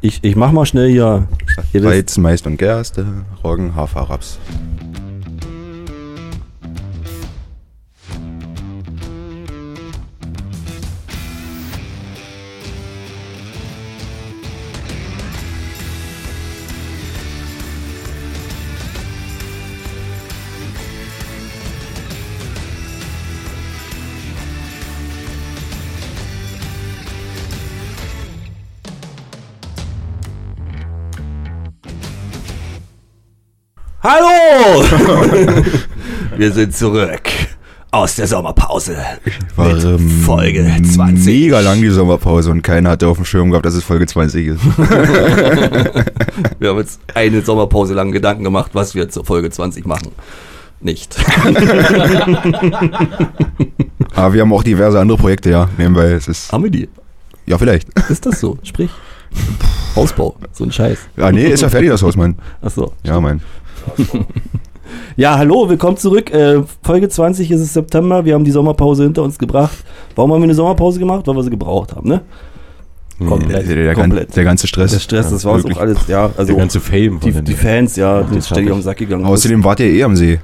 Ich, ich mach mal schnell hier. hier das- Weizen, Mais und Gerste, Roggen, Hafer, Raps. Hallo! Wir sind zurück aus der Sommerpause. War Mit ähm, Folge 20. Mega lang die Sommerpause und keiner hatte auf dem Schirm gehabt, dass es Folge 20 ist. Wir haben jetzt eine Sommerpause lang Gedanken gemacht, was wir zur Folge 20 machen. Nicht. Aber Ah, wir haben auch diverse andere Projekte, ja. Nebenbei, es ist. Haben wir die? Ja, vielleicht. Ist das so? Sprich. Hausbau. So ein Scheiß. Ja, Ah, nee, ist ja fertig, das Haus, Mann. Achso. Ja, Mann. Ja, hallo, willkommen zurück. Äh, Folge 20 ist es September. Wir haben die Sommerpause hinter uns gebracht. Warum haben wir eine Sommerpause gemacht? Weil wir sie gebraucht haben, ne? Komplett, Der, der, gan- komplett. der ganze Stress. Der Stress, das Ja, war es wirklich. auch alles. Ja, also Der ganze Fame die, von die den Fans, ja, die das hab ständig ich. auf den Sack gegangen. Außerdem wart ihr eh am See.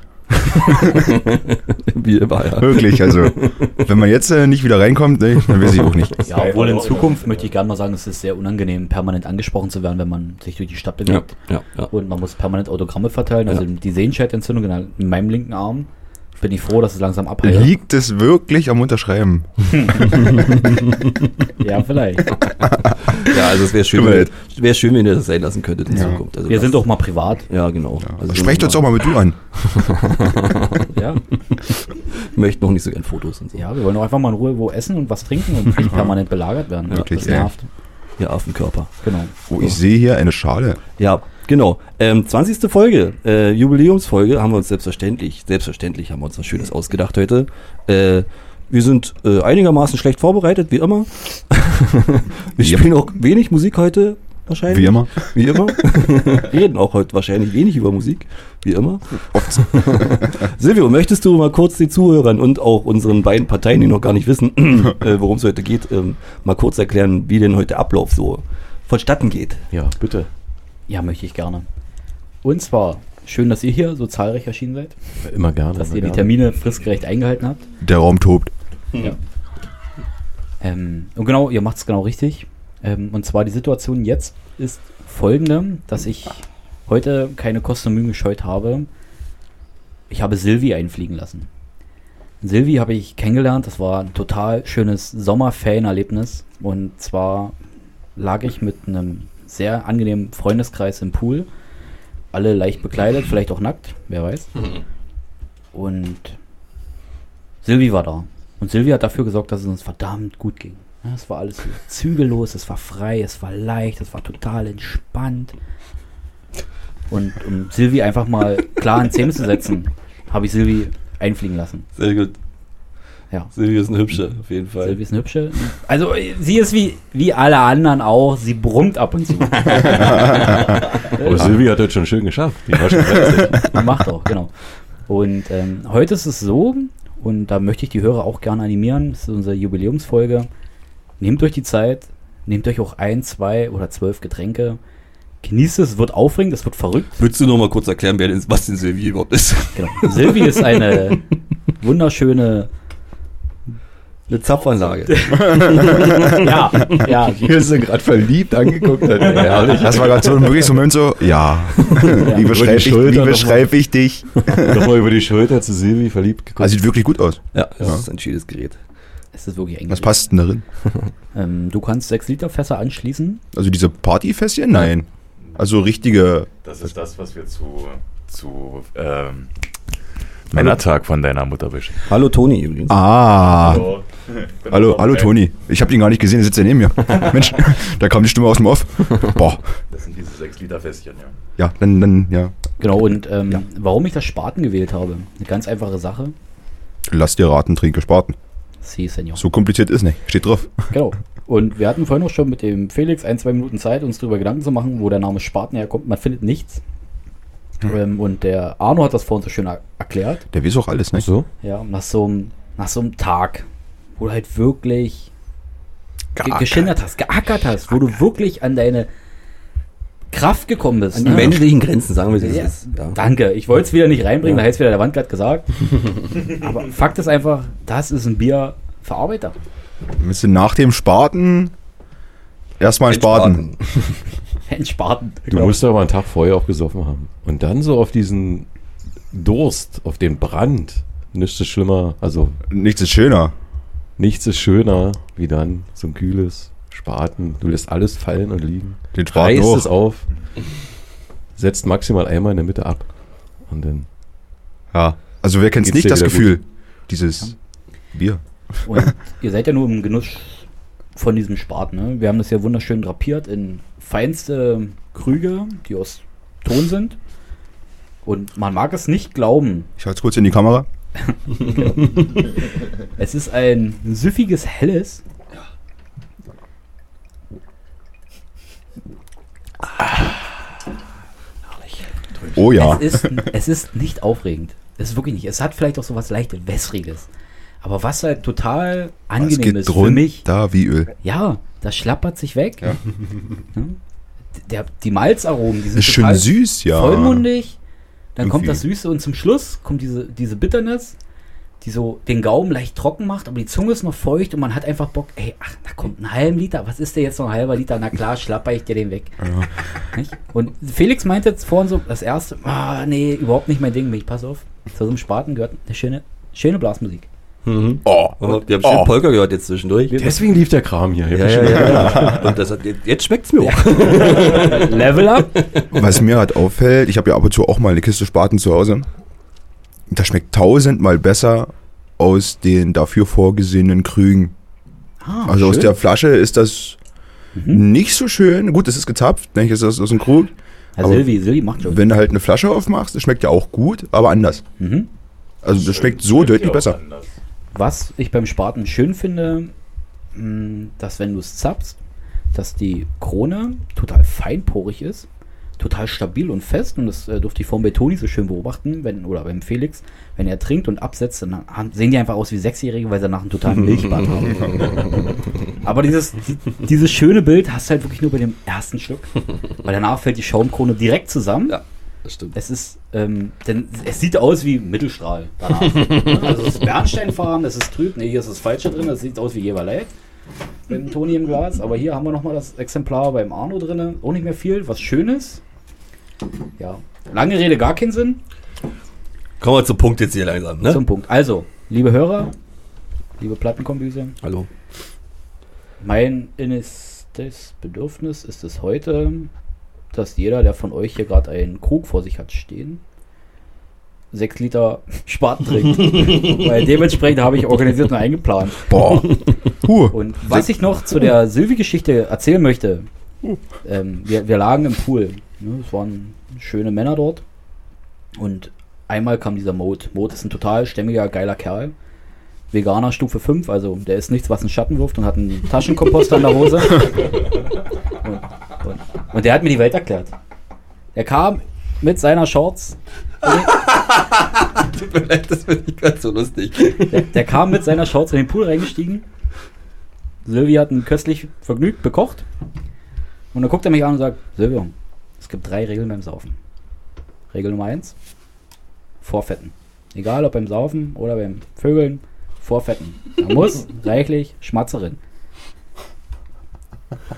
Wie immer, ja. Wirklich, also. wenn man jetzt äh, nicht wieder reinkommt, ne, dann weiß ich auch nicht. Ja, obwohl in Zukunft möchte ich gerne mal sagen, es ist sehr unangenehm, permanent angesprochen zu werden, wenn man sich durch die Stadt Ja, bewegt. ja, ja. Und man muss permanent Autogramme verteilen. Also Ja. die Sehenscheidentzündung in, in meinem linken Arm. Bin ich froh, dass es langsam abheilt. Liegt es wirklich am Unterschreiben? Ja, vielleicht. ja also es wäre schön, Tut mir wenn- wär schön, wenn ihr das sein lassen könntet in Zukunft. Also Wir das- sind doch mal privat. Ja, genau. Also Sprecht uns auch mal mit du an. Ja, Möchten noch nicht so gern Fotos und so. ja wir wollen doch einfach mal in Ruhe wo essen und was trinken und nicht permanent belagert werden. Ja, Wirklich, das ey. nervt. Ihr Affenkörper. Genau. Oh, ich sehe hier eine Schale. Ja, genau. Ähm, 20. Folge, äh, Jubiläumsfolge, haben wir uns selbstverständlich, selbstverständlich haben wir uns was Schönes ausgedacht heute. Äh, wir sind äh, einigermaßen schlecht vorbereitet, wie immer. wir Wie spielen auch wenig Musik heute wahrscheinlich. Wie immer. Wie immer. Reden auch heute wahrscheinlich wenig über Musik, wie immer. Oft. Silvio, möchtest du mal kurz den Zuhörern und auch unseren beiden Parteien, die noch gar nicht wissen, äh, worum es heute geht, ähm, mal kurz erklären, wie denn heute der Ablauf so vonstatten geht? Ja, bitte. Ja, möchte ich gerne. Und zwar, schön, dass ihr hier so zahlreich erschienen seid, Immer gerne. dass immer ihr die gerne. Termine fristgerecht eingehalten habt. Der Raum tobt. Ja. Ähm, und genau, ihr macht es genau richtig. Ähm, und zwar die Situation jetzt ist folgende, dass ich heute keine Kosten und Mühen gescheut habe. Ich habe Silvi einfliegen lassen. Silvi habe ich kennengelernt, das war ein total schönes Sommerferienerlebnis. Und zwar lag ich mit einem sehr angenehmen Freundeskreis im Pool. Alle leicht bekleidet, vielleicht auch nackt, wer weiß. Und Silvi war da. Und Silvi hat dafür gesorgt, dass es uns verdammt gut ging. Ja, Es war alles zügellos, es war frei, es war leicht, es war total entspannt. Und um Silvi einfach mal klar in Szene zu setzen, habe ich Silvi einfliegen lassen. Sehr gut. Ja. Silvio ist ein Hübscher, auf jeden Fall. Silvi ist eine hübsche. Also äh, sie ist wie, wie alle anderen auch, sie brummt ab und zu. Aber Silvi hat das schon schön geschafft. Die war schon witzig. Macht auch, genau. Und ähm, heute ist es so, und da möchte ich die Hörer auch gerne animieren, das ist unsere Jubiläumsfolge. Nehmt euch die Zeit, nehmt euch auch ein, zwei oder zwölf Getränke. Genießt es, wird aufregend, es wird verrückt. Willst du noch mal kurz erklären, wer denn, was denn Silvio überhaupt ist? Genau. Silvi ist eine wunderschöne. Eine Zapfanlage. Ja, ja, Hier ist er gerade verliebt angeguckt. Hat. Herrlich. Das war gerade so ein wirklich so ein Moment so, ja. Wie beschreibe ich, Schulter wie noch mal. beschreib ich dich? Nochmal über die Schulter zu Silvi verliebt geguckt. Also sieht wirklich gut aus. Ja, das Ja. ist ein schönes Gerät. es ist wirklich eng. Was passt denn darin? Ähm, du kannst sechs Liter Fässer anschließen. Also diese Partyfässchen? Nein. Also richtige. Das ist das, was wir zu, zu ähm, Männertag von deiner Mutter beschicken. Hallo Toni übrigens. Ah. Hallo, Hallo, hallo Toni. Ich habe ihn gar nicht gesehen, er sitzt ja neben mir. Mensch, da kam die Stimme aus dem Off. Boah. Das sind diese 6 Liter Fässchen, ja. Ja, dann, dann, ja. Genau, und ähm, warum ich das Spaten gewählt habe. Eine ganz einfache Sache. Lass dir raten, trinke Spaten. Sie, Senor. So kompliziert ist nicht. Steht drauf. Genau. Und wir hatten vorhin auch schon mit dem Felix ein, zwei Minuten Zeit, uns darüber Gedanken zu machen, wo der Name Spaten herkommt. Man findet nichts. Ähm, und der Arno hat das vorhin so schön er erklärt. Der weiß auch alles, ne? so? Ja, nach so einem, nach so einem Tag, wo du halt wirklich ge geschindert hast, geackert hast, wo du wirklich an deine Kraft gekommen bist. An die ne? menschlichen Grenzen, sagen wir es. wie Ja. es ist. Ja. Danke, ich wollte es wieder nicht reinbringen, da hätte es wieder der Wand glatt gesagt. Aber Fakt ist einfach, das ist ein Bierverarbeiter. Müsst ihr nach dem Spaten erstmal einen Spaten. Spaten. Ein Spaten. Du musst aber einen Tag vorher auch gesoffen haben. Und dann so auf diesen Durst, auf den Brand. Nichts ist schlimmer, also Nichts ist schöner. nichts ist schöner, wie dann so ein kühles Spaten. Du lässt alles fallen und liegen. Den Spaten Reißt es hoch. auf, setzt maximal einmal in der Mitte ab. Und dann. Ja. Also wer kennt's nicht, Geht's dir das wieder Gefühl? Dieses Bier. Und ihr seid ja nur im Genuss von diesem Spaten. Ne? Wir haben das ja wunderschön drapiert in feinste Krüge, die aus Ton sind. Und man mag es nicht glauben. Ich halte es kurz in die Kamera. Es ist ein süffiges Helles. Oh ja. Es, ist, es ist nicht aufregend. Es ist wirklich nicht. Es hat vielleicht auch so was leicht Wässriges. Aber was halt total Es angenehm geht ist für mich, runter wie Öl. Ja, das schlappert sich weg. Ne? Der, die Malzaromen, die sind Ist schön total süß, ja. vollmundig. Dann kommt Irgendwie. das Süße und zum Schluss kommt diese, diese Bitterness, die so den Gaumen leicht trocken macht, aber die Zunge ist noch feucht und man hat einfach Bock, ey, ach, da kommt ein halben Liter, was ist der jetzt noch ein halber Liter? Na klar, schlapper ich dir den weg. Nicht? Und Felix meinte jetzt vorhin so, das erste, ah, nee, überhaupt nicht mein Ding, mich, pass auf, zu so einem Spaten gehört eine schöne, schöne Blasmusik. Mhm. Oh. Oh, ihr habt schön Polka gehört jetzt zwischendurch. Deswegen lief der Kram hier. Ich hab Ja, ja, ja. Und das hat, jetzt schmeckt's mir auch. Level up! Was mir halt auffällt, ich habe ja ab und zu auch mal eine Kiste Spaten zu Hause. Das schmeckt tausendmal besser aus den dafür vorgesehenen Krügen. Ah, Mhm. Also aus der Flasche ist das nicht so schön. Gut, es ist gezapft, ne? es ist aus dem Krug. Herr aber- Silvi, Silvi macht schon. Wenn du halt eine Flasche aufmachst, das schmeckt ja auch gut, aber anders. Mhm. Also das schmeckt so deutlich besser. Was ich beim Spaten schön finde, mh, dass wenn du es zapfst, dass die Krone total feinporig ist, total stabil und fest. Und das äh, durfte ich vom Betoni so schön beobachten, wenn, oder beim Felix, wenn er trinkt und absetzt, dann haben, sehen die einfach aus wie Sechsjährige, weil sie danach einen totalen Milchbad haben. Aber dieses, die, dieses schöne Bild hast du halt wirklich nur bei dem ersten Schluck, weil danach fällt die Schaumkrone direkt zusammen. Das stimmt. Es ist, ähm, denn es sieht aus wie Mittelstrahl. Danach. also es ist Bernsteinfarben, es ist trüb. Nee, hier ist das Falsche drin, das sieht aus wie Jeverleit. Mit dem Toni im Glas. Aber hier haben wir nochmal das Exemplar beim Arno drin. Auch nicht mehr viel, was Schönes. Ja, lange Rede, gar keinen Sinn. Kommen wir zum Punkt jetzt hier langsam, ne? Zum Punkt. Also, liebe Hörer, liebe Plattenkombüse, Hallo. mein innerstes Bedürfnis ist es heute, dass jeder, der von euch hier gerade einen Krug vor sich hat stehen, sechs Liter Spaten trinkt. Weil dementsprechend habe ich organisiert und eingeplant. Boah. Huh. Und was ich noch zu der Silvi-Geschichte erzählen möchte, Uh. ähm, wir, wir lagen im Pool. Ne? Es waren schöne Männer dort. Und einmal kam dieser Mode. Mode ist ein total stämmiger, geiler Kerl. Veganer Stufe 5, also der ist nichts, was einen Schatten wirft und hat einen Taschenkomposter in der Hose. Und, und, und der hat mir die Welt erklärt. Er kam mit seiner Shorts Tut mir leid, das finde ich ganz so lustig. Der, der kam mit seiner Shorts in den Pool reingestiegen. Silvi hat ihn köstlich vergnügt bekocht. Und dann guckt er mich an und sagt: Silvio, es gibt drei Regeln beim Saufen. Regel Nummer eins: Vorfetten. Egal ob beim Saufen oder beim Vögeln, Vorfetten. Da muss reichlich Schmatze rein.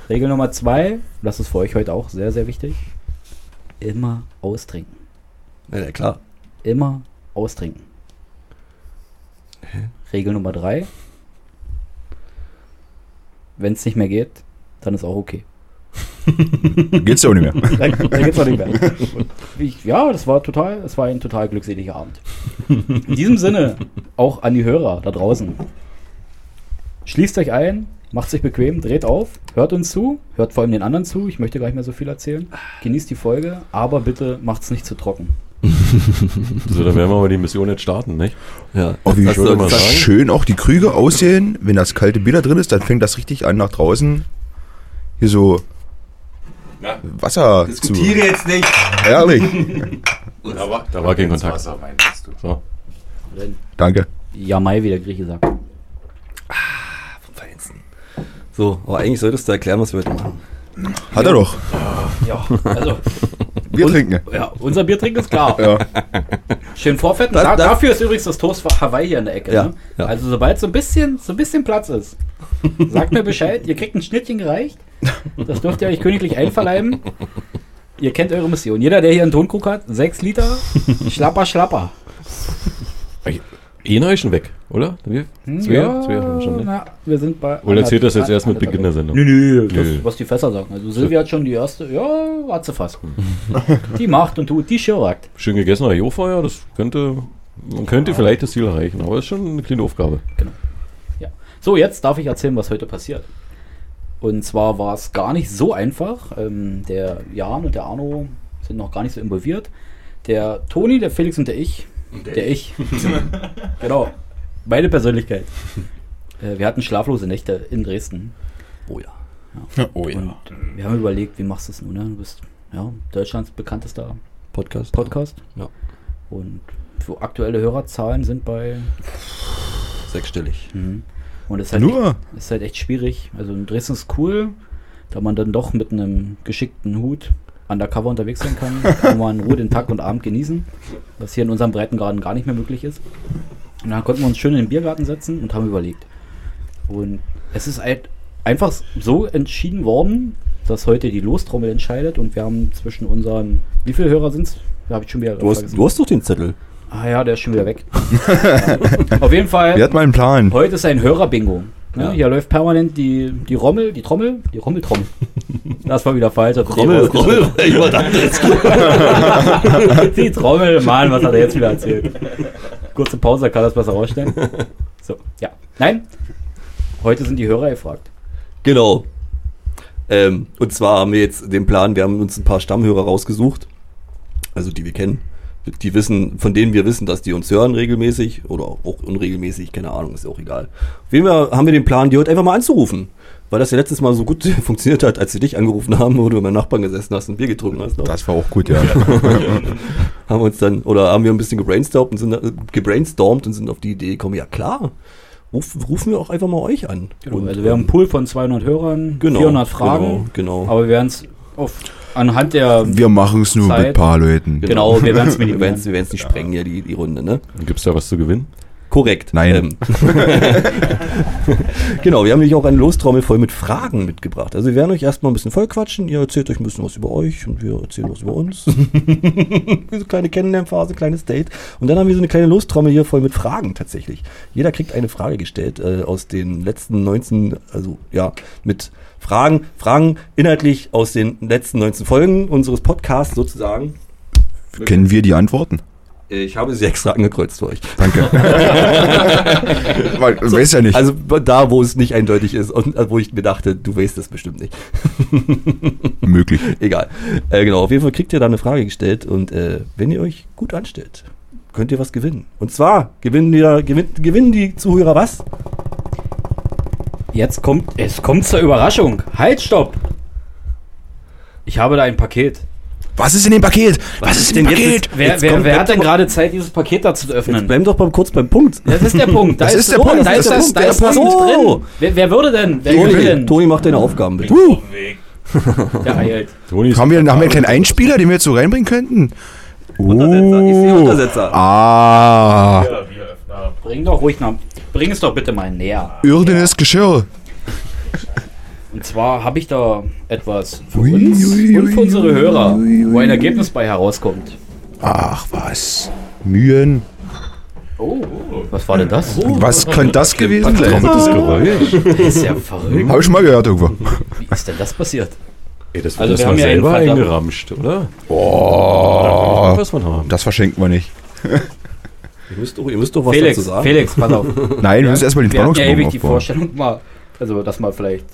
Regel Nummer zwei: Das ist für euch heute auch sehr, sehr wichtig. Immer austrinken. Na ja, klar. Immer austrinken. Regel Nummer drei. Wenn es nicht mehr geht, dann ist auch okay. Geht's ja auch nicht mehr. Dann, dann geht's auch nicht mehr. Und Ich, ja, das war total, es war ein total glückseliger Abend. In diesem Sinne, auch an die Hörer da draußen. Schließt euch ein, macht sich bequem, dreht auf, hört uns zu, hört vor allem den anderen zu. Ich möchte gar nicht mehr so viel erzählen. Genießt die Folge, aber bitte macht's nicht zu trocken. So, dann Also werden wir aber die Mission jetzt starten, nicht? Ja. Oh, wie Das soll schön, man das sagen. schön auch die Krüge aussehen. Wenn das kalte Bier da drin ist, dann fängt das richtig an nach draußen. Hier so Na? Wasser zu. jetzt nicht. Herrlich. Da war, Da war kein Kontakt. Wasser meinst du? So. Danke. Ja, Mai, wie der Grieche sagt. Ah, Feinsten. So, aber eigentlich solltest du erklären, was wir heute machen. Hat er doch. Ja, also, Wir trinken. ja, unser Biertrinken ist klar. Ja. Schön vorfetten. Das- Da, das- dafür ist übrigens das Toast von Hawaii hier in der Ecke. Ja, ne? ja. Also sobald so ein bisschen, so ein bisschen Platz ist, sagt mir Bescheid. Ihr kriegt ein Schnittchen gereicht. Das dürft ihr euch königlich einverleiben. Ihr kennt eure Mission. Jeder, der hier einen Tonkrug hat, 6 Liter, schlapper, schlapper. Ena ist schon weg, oder? Wir, zwei, zwei haben wir schon, ne? na, wir sind bei... Oder zählt das jetzt anderthalb- erst mit Beginn der Sendung? Nö, nö, das, Nö. was die Fässer sagen. Also Silvia hat schon die erste, ja, hat sie fast. Die macht und tut, die schirragt. Schön gegessen, habe ich auch vorher. Das könnte, man könnte vielleicht das Ziel erreichen, aber ist schon eine kleine Aufgabe. So, jetzt darf ich erzählen, was heute passiert. Und zwar war es gar nicht so einfach. Ähm, der Jan und der Arno sind noch gar nicht so involviert. Der Toni, der Felix und der ich. der ich. genau. Meine Persönlichkeit. Äh, wir hatten schlaflose Nächte in Dresden. Oh ja. Oh ja. Und äh, wir haben überlegt, wie machst du es nun? Ne? Du bist ja, Deutschlands bekanntester Podcast. Podcast. Ja. Und für aktuelle Hörerzahlen sind bei. Sechsstellig. Und es ist halt Nur? Echt, ist halt echt schwierig. Also in Dresden ist cool, da man dann doch mit einem geschickten Hut undercover unterwegs sein kann. kann man in Ruhe den Tag und Abend genießen, was hier in unserem Breitengraden gar nicht mehr möglich ist. Und dann konnten wir uns schön in den Biergarten setzen und haben überlegt. Und es ist halt einfach so entschieden worden, dass heute die Lostrommel entscheidet und wir haben zwischen unseren, wie viele Hörer sind es? Da habe ich schon wieder Du hast, vergessen. du hast doch den Zettel. Ah ja, der ist schon wieder weg. Auf jeden Fall, Wir hatten mal einen Plan. heute ist ein Hörer-Bingo. Ne? Ja. Hier läuft permanent die, die Rommel, die Trommel, die Rommeltrommel. Das war wieder falsch. Rommel, Rommel, ich war da drin. Die Trommel, Mann, was hat er jetzt wieder erzählt? Kurze Pause, da kann das besser rausstellen. So, ja. Nein, heute sind die Hörer gefragt. Genau. Ähm, und zwar haben wir jetzt den Plan, wir haben uns ein paar Stammhörer rausgesucht, also die wir kennen, die wissen, von denen wir wissen, dass die uns hören regelmäßig oder auch unregelmäßig, keine Ahnung, ist auch egal. Auf jeden Fall haben wir den Plan, die heute einfach mal anzurufen, weil das ja letztes Mal so gut funktioniert hat, als wir dich angerufen haben, wo du beim Nachbarn gesessen hast und Bier getrunken hast. Noch. Das war auch gut, ja. Haben wir uns dann, oder haben wir ein bisschen gebrainstormt und sind, äh, gebrainstormt und sind auf die Idee gekommen, ja klar, ruf, rufen wir auch einfach mal euch an. und, ähm, also wir haben einen Pool von 200 Hörern, genau, 400 Fragen, Genau, genau. aber wir werden es anhand der... Wir machen es nur mit Zeit. ein paar Leuten. Genau, wir werden Wir werden es es minimieren. wir werden's nicht sprengen, ja, die, die Runde, ne? Gibt es da was zu gewinnen? Korrekt. Nein. Ähm. genau, wir haben nämlich auch eine Lostrommel voll mit Fragen mitgebracht. Also wir werden euch erstmal ein bisschen voll quatschen. Ihr erzählt euch ein bisschen was über euch und wir erzählen was über uns. so eine kleine Kennenlernphase, kleines Date. Und dann haben wir so eine kleine Lostrommel hier voll mit Fragen tatsächlich. Jeder kriegt eine Frage gestellt äh, aus den letzten 19, also ja, mit Fragen, Fragen inhaltlich aus den letzten 19 Folgen unseres Podcasts sozusagen. Kennen wir die Antworten? Ich habe sie extra angekreuzt für euch. Danke. Weil, weiß ja nicht. Also da, wo es nicht eindeutig ist und äh, wo ich mir dachte, du weißt das bestimmt nicht. möglich. Egal. Äh, genau, auf jeden Fall kriegt ihr da eine Frage gestellt und äh, wenn ihr euch gut anstellt, könnt ihr was gewinnen. Und zwar gewinnen, wir, gewin, gewinnen die Zuhörer was? Jetzt kommt, es kommt zur Überraschung. Halt, stopp! Ich habe da ein Paket. Was ist in dem Paket? Was ist in dem Paket? Wer, Jetzt wer, kommt- wer hat denn gerade Zeit, dieses Paket da zu öffnen? Bleib doch beim, kurz beim Punkt. Das ist der Punkt. Da Das ist der so, Punkt, Da das ist, ist der das- Punkt. Da der ist was Punkt. drin. Oh. Wer, wer würde denn? Wer würde Toni, denn? Toni macht deine Aufgaben bitte. Auf dem Weg. Ja, halt. Toni ist Haben wir, haben wir keinen Einspieler, den wir jetzt so reinbringen könnten? Untersetzer, ich sehe Oh. Untersetzer. Ah, Ja, Bieröffner. Bring doch ruhig nach. Bring es doch bitte mal näher. irdenes Geschirr. Und zwar habe ich da etwas für Ui, uns ui, und für ui, unsere Hörer, ui, wo ein ui. Ergebnis bei herauskommt. Ach was. Mühen. Oh, was war denn das? Was könnte das gewesen sein? das Geräusch. Das ist ja verrückt. Habe ich schon mal gehört irgendwo. Wie ist denn das passiert? Ey, das wird also Also das wir mal haben ja selber einen Vater. eingeramscht, oder? Oh. Boah. Was von haben. Das verschenken wir nicht. Ihr müsst doch, ihr müsst doch was Felix, dazu sagen. Felix, pass auf. Nein, wir müssen erstmal den Wir hatten ja Spannungsbogen ewig die aufbauen. Vorstellung mal, also dass mal vielleicht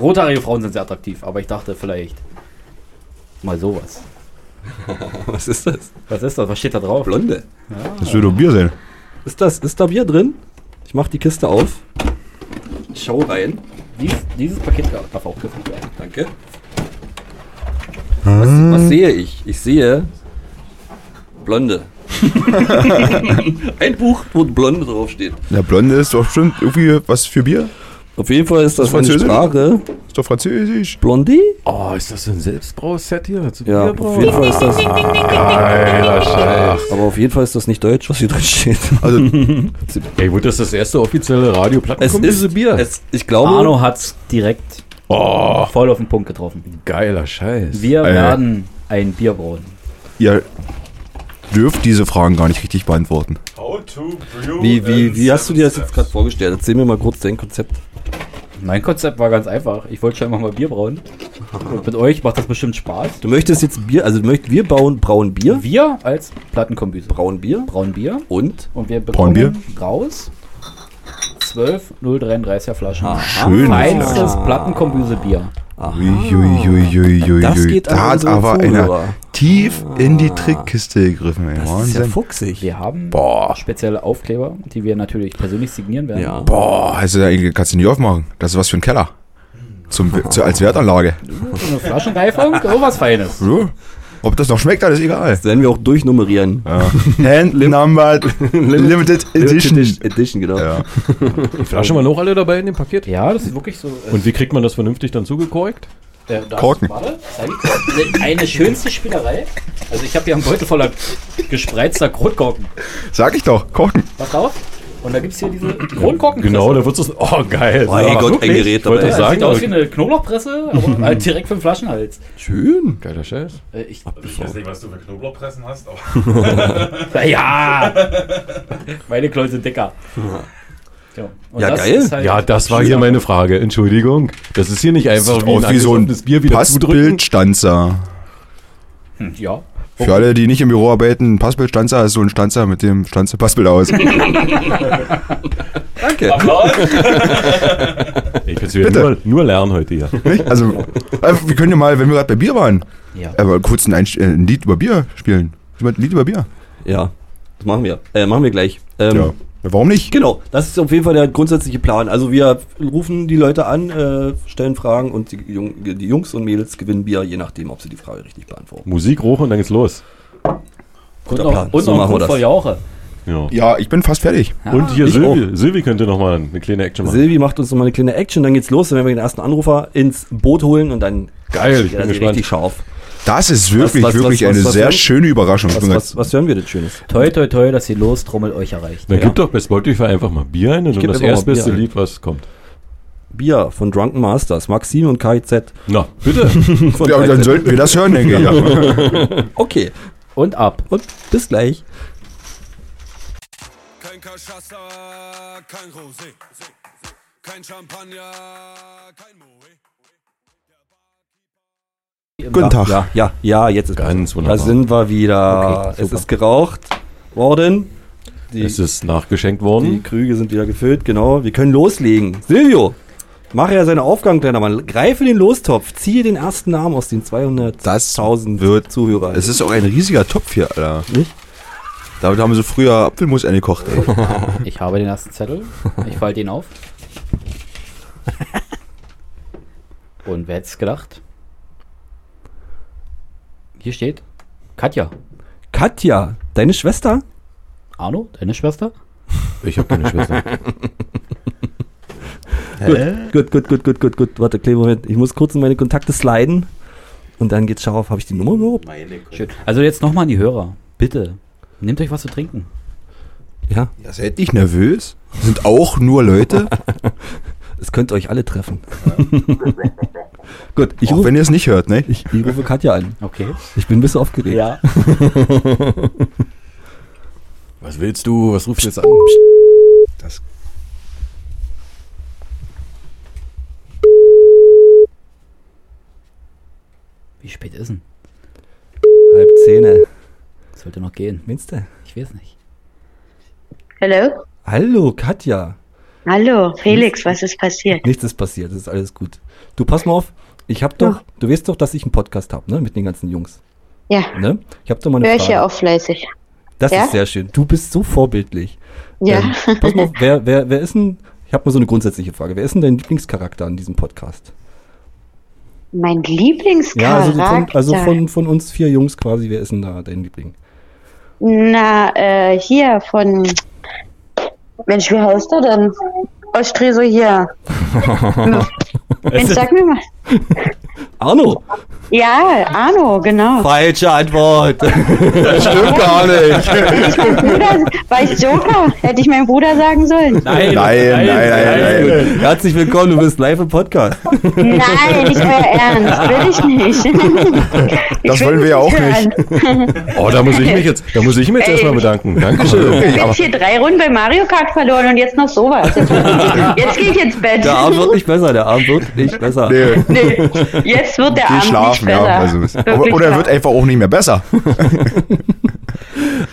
rothaarige Frauen sind sehr attraktiv, aber ich dachte vielleicht mal sowas. Was ist das? Was ist das? Was steht da drauf? Ah. Blonde. Das würde doch Bier sein. Ist das, ist da Bier drin? Ich mach die Kiste auf. Schau rein. Dies, dieses Paket darf auch geöffnet werden. Danke. Was, was sehe ich? Ich sehe Blonde. Ein Buch, wo Blonde draufsteht. Na, Blonde ist doch bestimmt irgendwie was für Bier. Auf jeden Fall ist das, Das eine Französisch? Sprache. Ist doch Französisch. Blondie? Oh, ist das so ein Selbstbrauset hier? Zu Ja, Bierbrau? auf jeden Fall ist das. Geiler Scheiß. Aber auf jeden Fall ist das nicht deutsch, was hier drin steht. Also, Ey, wird das das erste offizielle Radioplatten? Bier. Es, ich glaube, Arno hat's direkt voll auf den Punkt getroffen. Geiler Scheiß. Wir Äh. werden ein Bier brauen. Ihr dürft diese Fragen gar nicht richtig beantworten. How to brew wie, wie, in wie hast du dir das jetzt seven gerade vorgestellt? Erzähl mir mal kurz dein Konzept. Mein Konzept war ganz einfach. Ich wollte schon immer mal Bier brauen. Und mit euch macht das bestimmt Spaß. Du möchtest jetzt Bier, also du möchtest, wir bauen braun Bier. Wir als Plattenkombüse Braun Bier. brauen Bier Und? und wir bekommen Braunbier? raus 12 033er Flaschen. Schöne Feinstes Flaschen. Plattenkombüse-Bier. Uiuiuiuiuiuiui. Das geht also an da hat unsere aber einer Zuhörer. tief in die Trickkiste gegriffen. Ey. Das ist ja Wahnsinn. fuchsig. Wir haben Boah. spezielle Aufkleber, die wir natürlich persönlich signieren werden. Ja. Boah, also da kannst du nicht aufmachen. Das ist was für ein Keller. Zum, zu, als Wertanlage. So eine Flaschenreifung, oh was Feines. So. Ob das noch schmeckt, alles egal. Das werden wir auch durchnummerieren. Hand numbered limited edition. Edition, genau. Ja. Die Flaschen waren auch alle dabei in dem Paket? Ja, das ist wirklich so. äh, Und wie kriegt man das vernünftig dann zugekorkt? äh, das- Korken. Warte, zeig ich dir. eine schönste Spielerei. Also ich habe hier einen Beutel voller gespreizter Kronkorken. Sag ich doch, Korken. Pass auf. Und da gibt's hier diese Kronkorken. Genau, da wird es. Oh, geil. Oh, ey Gott, ein Gerät Ich wollte dabei. das Das sieht sagen. aus wie aber- eine Knoblauchpresse, aber halt direkt für den Flaschenhals. Schön. Geiler Scheiß. Äh, Ich, Ich weiß nicht, was du für Knoblauchpressen hast, aber na ja! Meine Klauen sind dicker. So. Und Ja, das geil. ist halt- Ja, das war hier meine Frage. Entschuldigung. Das ist hier nicht einfach Sieht aus wie so ein angesoffenes Bier wieder zudrücken. Passbildstanzer. Hm, Ja. Oh. Für alle, die nicht im Büro arbeiten, ein Passbildstanzer ist so ein Stanzer mit dem Stanzer-Passbild aus. Danke. Ich bin wieder nur, nur lernen heute hier. Nicht? Also, äh, wir können ja mal, wenn wir gerade bei Bier waren, Ja. aber kurz ein, Einst- äh, ein Lied über Bier spielen. Jemand ein Lied über Bier? Ja, das machen wir. Äh, machen wir gleich. Ähm, Ja. Warum nicht? Genau, das ist auf jeden Fall der grundsätzliche Plan. Also wir rufen die Leute an, äh, stellen Fragen und die, Jung, die Jungs und Mädels gewinnen Bier, je nachdem, ob sie die Frage richtig beantworten. Musik hoch und dann geht's los. Und Guter Plan. noch, und So noch machen wir gut das. voll Jauche. Ja. Ja, ich bin fast fertig. Und hier Ich Silvi. Silvi könnte nochmal eine kleine Action machen. Silvi macht uns nochmal eine kleine Action, dann geht's los, dann werden wir den ersten Anrufer ins Boot holen und dann Geil, ich geht das bin hier richtig gespannt. scharf. Das ist wirklich, Was- was- wirklich was- eine was- was- sehr was- schöne Überraschung. Ich Was, bin was, ganz- was hören wir denn Schönes? Toi, toi, toi, dass die Lostrommel euch erreicht. Dann gib doch bei Spotify einfach mal Bier ein und geb dann das einfach mal erstbeste Bier ein. Lied, was kommt. Bier von Drunken Masters, Maxim und KIZ. Na, bitte. Von ja, dann KIZ. sollten wir das hören, denke ich. Ja. okay, Und ab. und bis gleich. Kein Cachaça, kein Rosé, kein Champagner, kein Moe. Guten Tag. Ja, ja, ja, jetzt ist Ganz Da wunderbar. sind wir wieder. Okay, es super. ist geraucht worden. Die, es ist nachgeschenkt die worden. Krüge sind wieder gefüllt, genau. Wir können loslegen. Silvio, mache ja seine Aufgaben, kleiner Mann. Greife den Lostopf, ziehe den ersten Namen aus den 200.000 wird- Zuhörer. Es ist auch ein riesiger Topf hier, Alter. Nicht? Damit haben sie früher Apfelmus eingekocht, ey. Ich habe den ersten Zettel. Ich falte ihn auf. Und wer hätte es gedacht? Hier steht Katja. Katja, deine Schwester? Arno, deine Schwester? Ich habe keine Schwester. Gut, gut, gut, gut, gut, gut. Warte, kleinen Moment. Ich muss kurz in meine Kontakte sliden. Und dann geht's scharf. Habe ich die Nummer überhaupt? Schön. Also jetzt nochmal an die Hörer. Bitte, nehmt euch was zu trinken. Ja, Ja, seid nicht nervös. Sind auch nur Leute. es könnte euch alle treffen. gut, ich auch rufe, wenn ihr es nicht hört, ne? ich, ich rufe Katja an. Okay. Ich bin ein bisschen aufgeregt. Ja. Was willst du? Was rufst du jetzt an? Wie spät ist denn? Halb Zähne. Sollte noch gehen. Meinst du? Ich weiß nicht. Hallo? Hallo, Katja. Hallo, Felix, was ist passiert? Nichts ist passiert, es ist alles gut. Du pass mal auf, ich hab doch, du weißt doch, dass ich einen Podcast habe, ne, mit den ganzen Jungs, Ja, ne? Ich hab doch mal eine höre ich Frage. ja auch fleißig. Das ja? ist sehr schön. Du bist so vorbildlich. Ja. Ähm, pass mal auf, wer, wer, wer ist denn, ich habe mal so eine grundsätzliche Frage, wer ist denn dein Lieblingscharakter an diesem Podcast? Mein also Lieblingscharakter. von, also von, von uns vier Jungs quasi, wer ist denn da dein Liebling? Na, äh, hier von. Mensch, wie heißt er denn? Ostri so hier. Mensch, sag mir mal. Arno, Ja, Arno, genau. falsche Antwort. Stimmt gar nicht. Ich mein Bruder, war ich Joker? Hätte ich meinem Bruder sagen sollen. Nein, nein, nein, nein. Herzlich willkommen, du bist live im Podcast. Nein, nicht mehr ernst. Will ich nicht. Ich Das will wollen wir ja auch nicht. hören. Oh, da muss ich mich jetzt, da muss ich mich jetzt Ey. erstmal bedanken. Dankeschön. Ich habe jetzt hier drei Runden bei Mario Kart verloren und jetzt noch sowas. Jetzt, jetzt gehe ich ins Bett. Der Abend wird nicht besser, der Abend wird nicht besser. Nee. Nee, jetzt wird der Geh Abend schlafen, nicht ja. besser. Also, Wirklich aber- oder er wird wahr. einfach auch nicht mehr besser.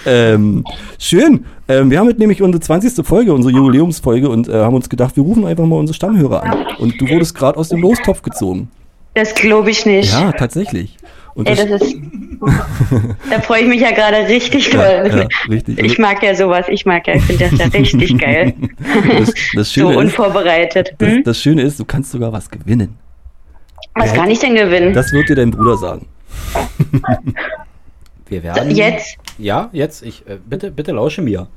Ähm, schön. Ähm, wir haben jetzt nämlich unsere 20. Folge, unsere Jubiläumsfolge und äh, haben uns gedacht, wir rufen einfach mal unsere Stammhörer an. Und du wurdest gerade aus dem Lostopf gezogen. Das glaube ich nicht. Ja, tatsächlich. Und Ey, das- das ist. Da freue ich mich ja gerade richtig doll. ja, richtig. Ich mag ja sowas, ich mag ja, ich finde das ja richtig geil. das, das, So Schöne ist, unvorbereitet. das, Hm? das Schöne ist, du kannst sogar was gewinnen. Was kann ich denn gewinnen? Das wird dir dein Bruder sagen. Wir werden. Jetzt? Ja, jetzt. Ich, äh, bitte, bitte lausche mir.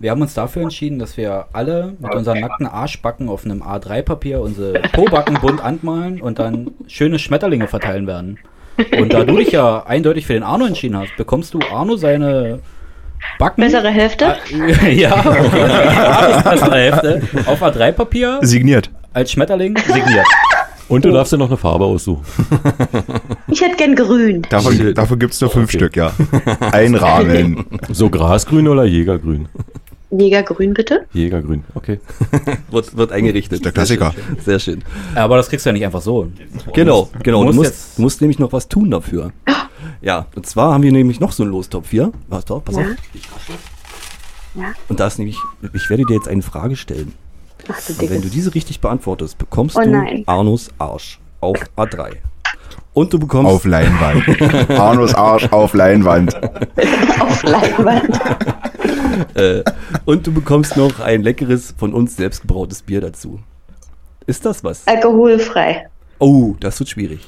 Wir haben uns dafür entschieden, dass wir alle mit unseren nackten Arschbacken auf einem A3-Papier unsere Pobacken bunt anmalen und dann schöne Schmetterlinge verteilen werden. Und da du dich ja eindeutig für den Arno entschieden hast, bekommst du Arno seine Backen. Ah, Bessere Hälfte? ja, das ist bessere Hälfte. Auf A3-Papier Signiert. als Schmetterling signiert. Und du darfst dir noch eine Farbe aussuchen. Ich hätte gern grün. Davon, dafür gibt es nur fünf Stück, ja. Ein Rahmen. So Grasgrün oder Jägergrün? Mega grün, bitte. Jägergrün, okay. Wird, wird eingerichtet. Der Klassiker. Sehr schön. Sehr Aber das kriegst du ja nicht einfach so. schön. Genau, genau. Du musst musst, jetzt- du musst nämlich noch was tun dafür. Oh. Ja, und zwar haben wir nämlich noch so einen Lostopf hier. Warte, doch, pass auf. Ja. Und da ist nämlich, ich werde dir jetzt eine Frage stellen. Ach du Und wenn du Dickes. diese richtig beantwortest, bekommst Oh du nein. Arnos Arsch auf A3. Und du bekommst Auf Leinwand. Arnos Arsch auf Leinwand. Auf Leinwand. äh, und du bekommst noch ein leckeres von uns selbst gebrautes Bier dazu. Ist das was? Alkoholfrei. Oh, das wird schwierig.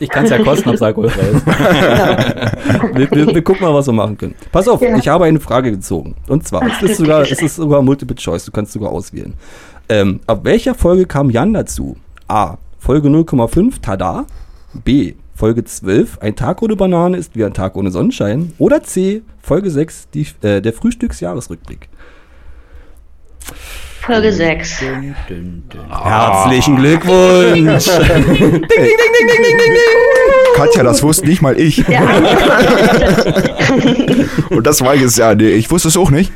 Ich kann es ja kosten, ob es alkoholfrei ist. Wir, wir, wir gucken mal, was wir machen können. Pass auf, Ja. ich habe eine Frage gezogen. Und zwar, es ist sogar, es ist sogar Multiple Choice, du kannst sogar auswählen. Ähm, ab welcher Folge kam Jan dazu? A. Folge 0,5, tada. B. Folge 12, ein Tag ohne Banane ist wie ein Tag ohne Sonnenschein. Oder C. Folge 6, die, äh, der Frühstücksjahresrückblick. Folge 6. Dün, dün, dün. Ah. Herzlichen Ah. Glückwunsch! Katja, das wusste nicht mal ich. Und das war jetzt, ja, nee, ich wusste es auch nicht.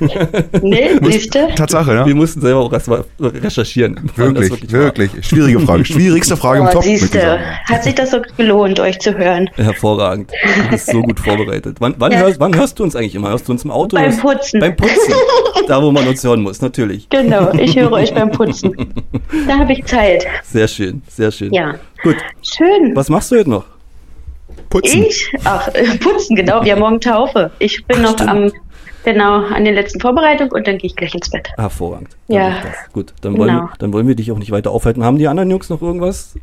Nee, siehste? Tatsache, Wir ne? mussten selber auch erstmal recherchieren. wann das Wirklich, war. wirklich. Schwierige Frage. Schwierigste Frage im Oh, Top. würd ich siehste. sagen. Hat sich das so gelohnt, euch zu hören? Hervorragend. Du bist so gut vorbereitet. Wann, wann, Ja. hörst, wann hörst du uns eigentlich immer? Hörst du uns im Auto? Beim Hörst- Putzen. Beim Putzen. Da, wo man uns hören muss, natürlich. Genau, ich höre euch beim Putzen. Da habe ich Zeit. Sehr schön, sehr schön. Ja. Gut, Schön. was machst du heute noch? Putzen. Ich? Ach, äh, putzen, genau. Wir haben morgen Taufe. Ich bin noch am, genau, an den letzten Vorbereitungen und dann gehe ich gleich ins Bett. Hervorragend. Dann Ja. macht das. Gut, dann wollen, Genau. dann wollen wir dich auch nicht weiter aufhalten. Haben die anderen Jungs noch irgendwas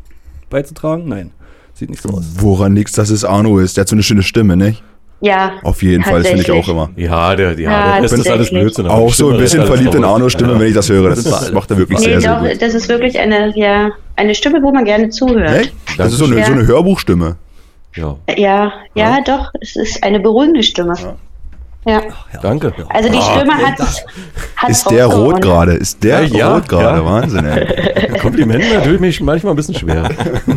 beizutragen? Nein, sieht nicht so aus. Woran liegt's, dass es Arno ist? Der hat so eine schöne Stimme, nicht? Ja. Auf jeden Fall, das finde ich auch tatsächlich. immer. Ja, der, ja, Ja, der Rest ist alles tatsächlich. Blödsinn. aber Auch die so ein Stimme bisschen ist alles verliebt in raus. Arnos Stimme, wenn ich das höre. Das, Sind wir das alle. macht er wirklich Nee, Nee, sehr, sehr doch, gut. das ist wirklich eine, ja, eine Stimme, wo man gerne zuhört. Echt? Das ist so eine, Ja. so eine Hörbuchstimme. Ja, Ja, ja, doch, es ist eine beruhigende Stimme. Ja. danke. Also die Stimme hat, hat Ah, Ist der rot gerade? Ist der Ja, ja, rot gerade? ja. Wahnsinn, ey. Komplimente natürlich mich manchmal ein bisschen schwer.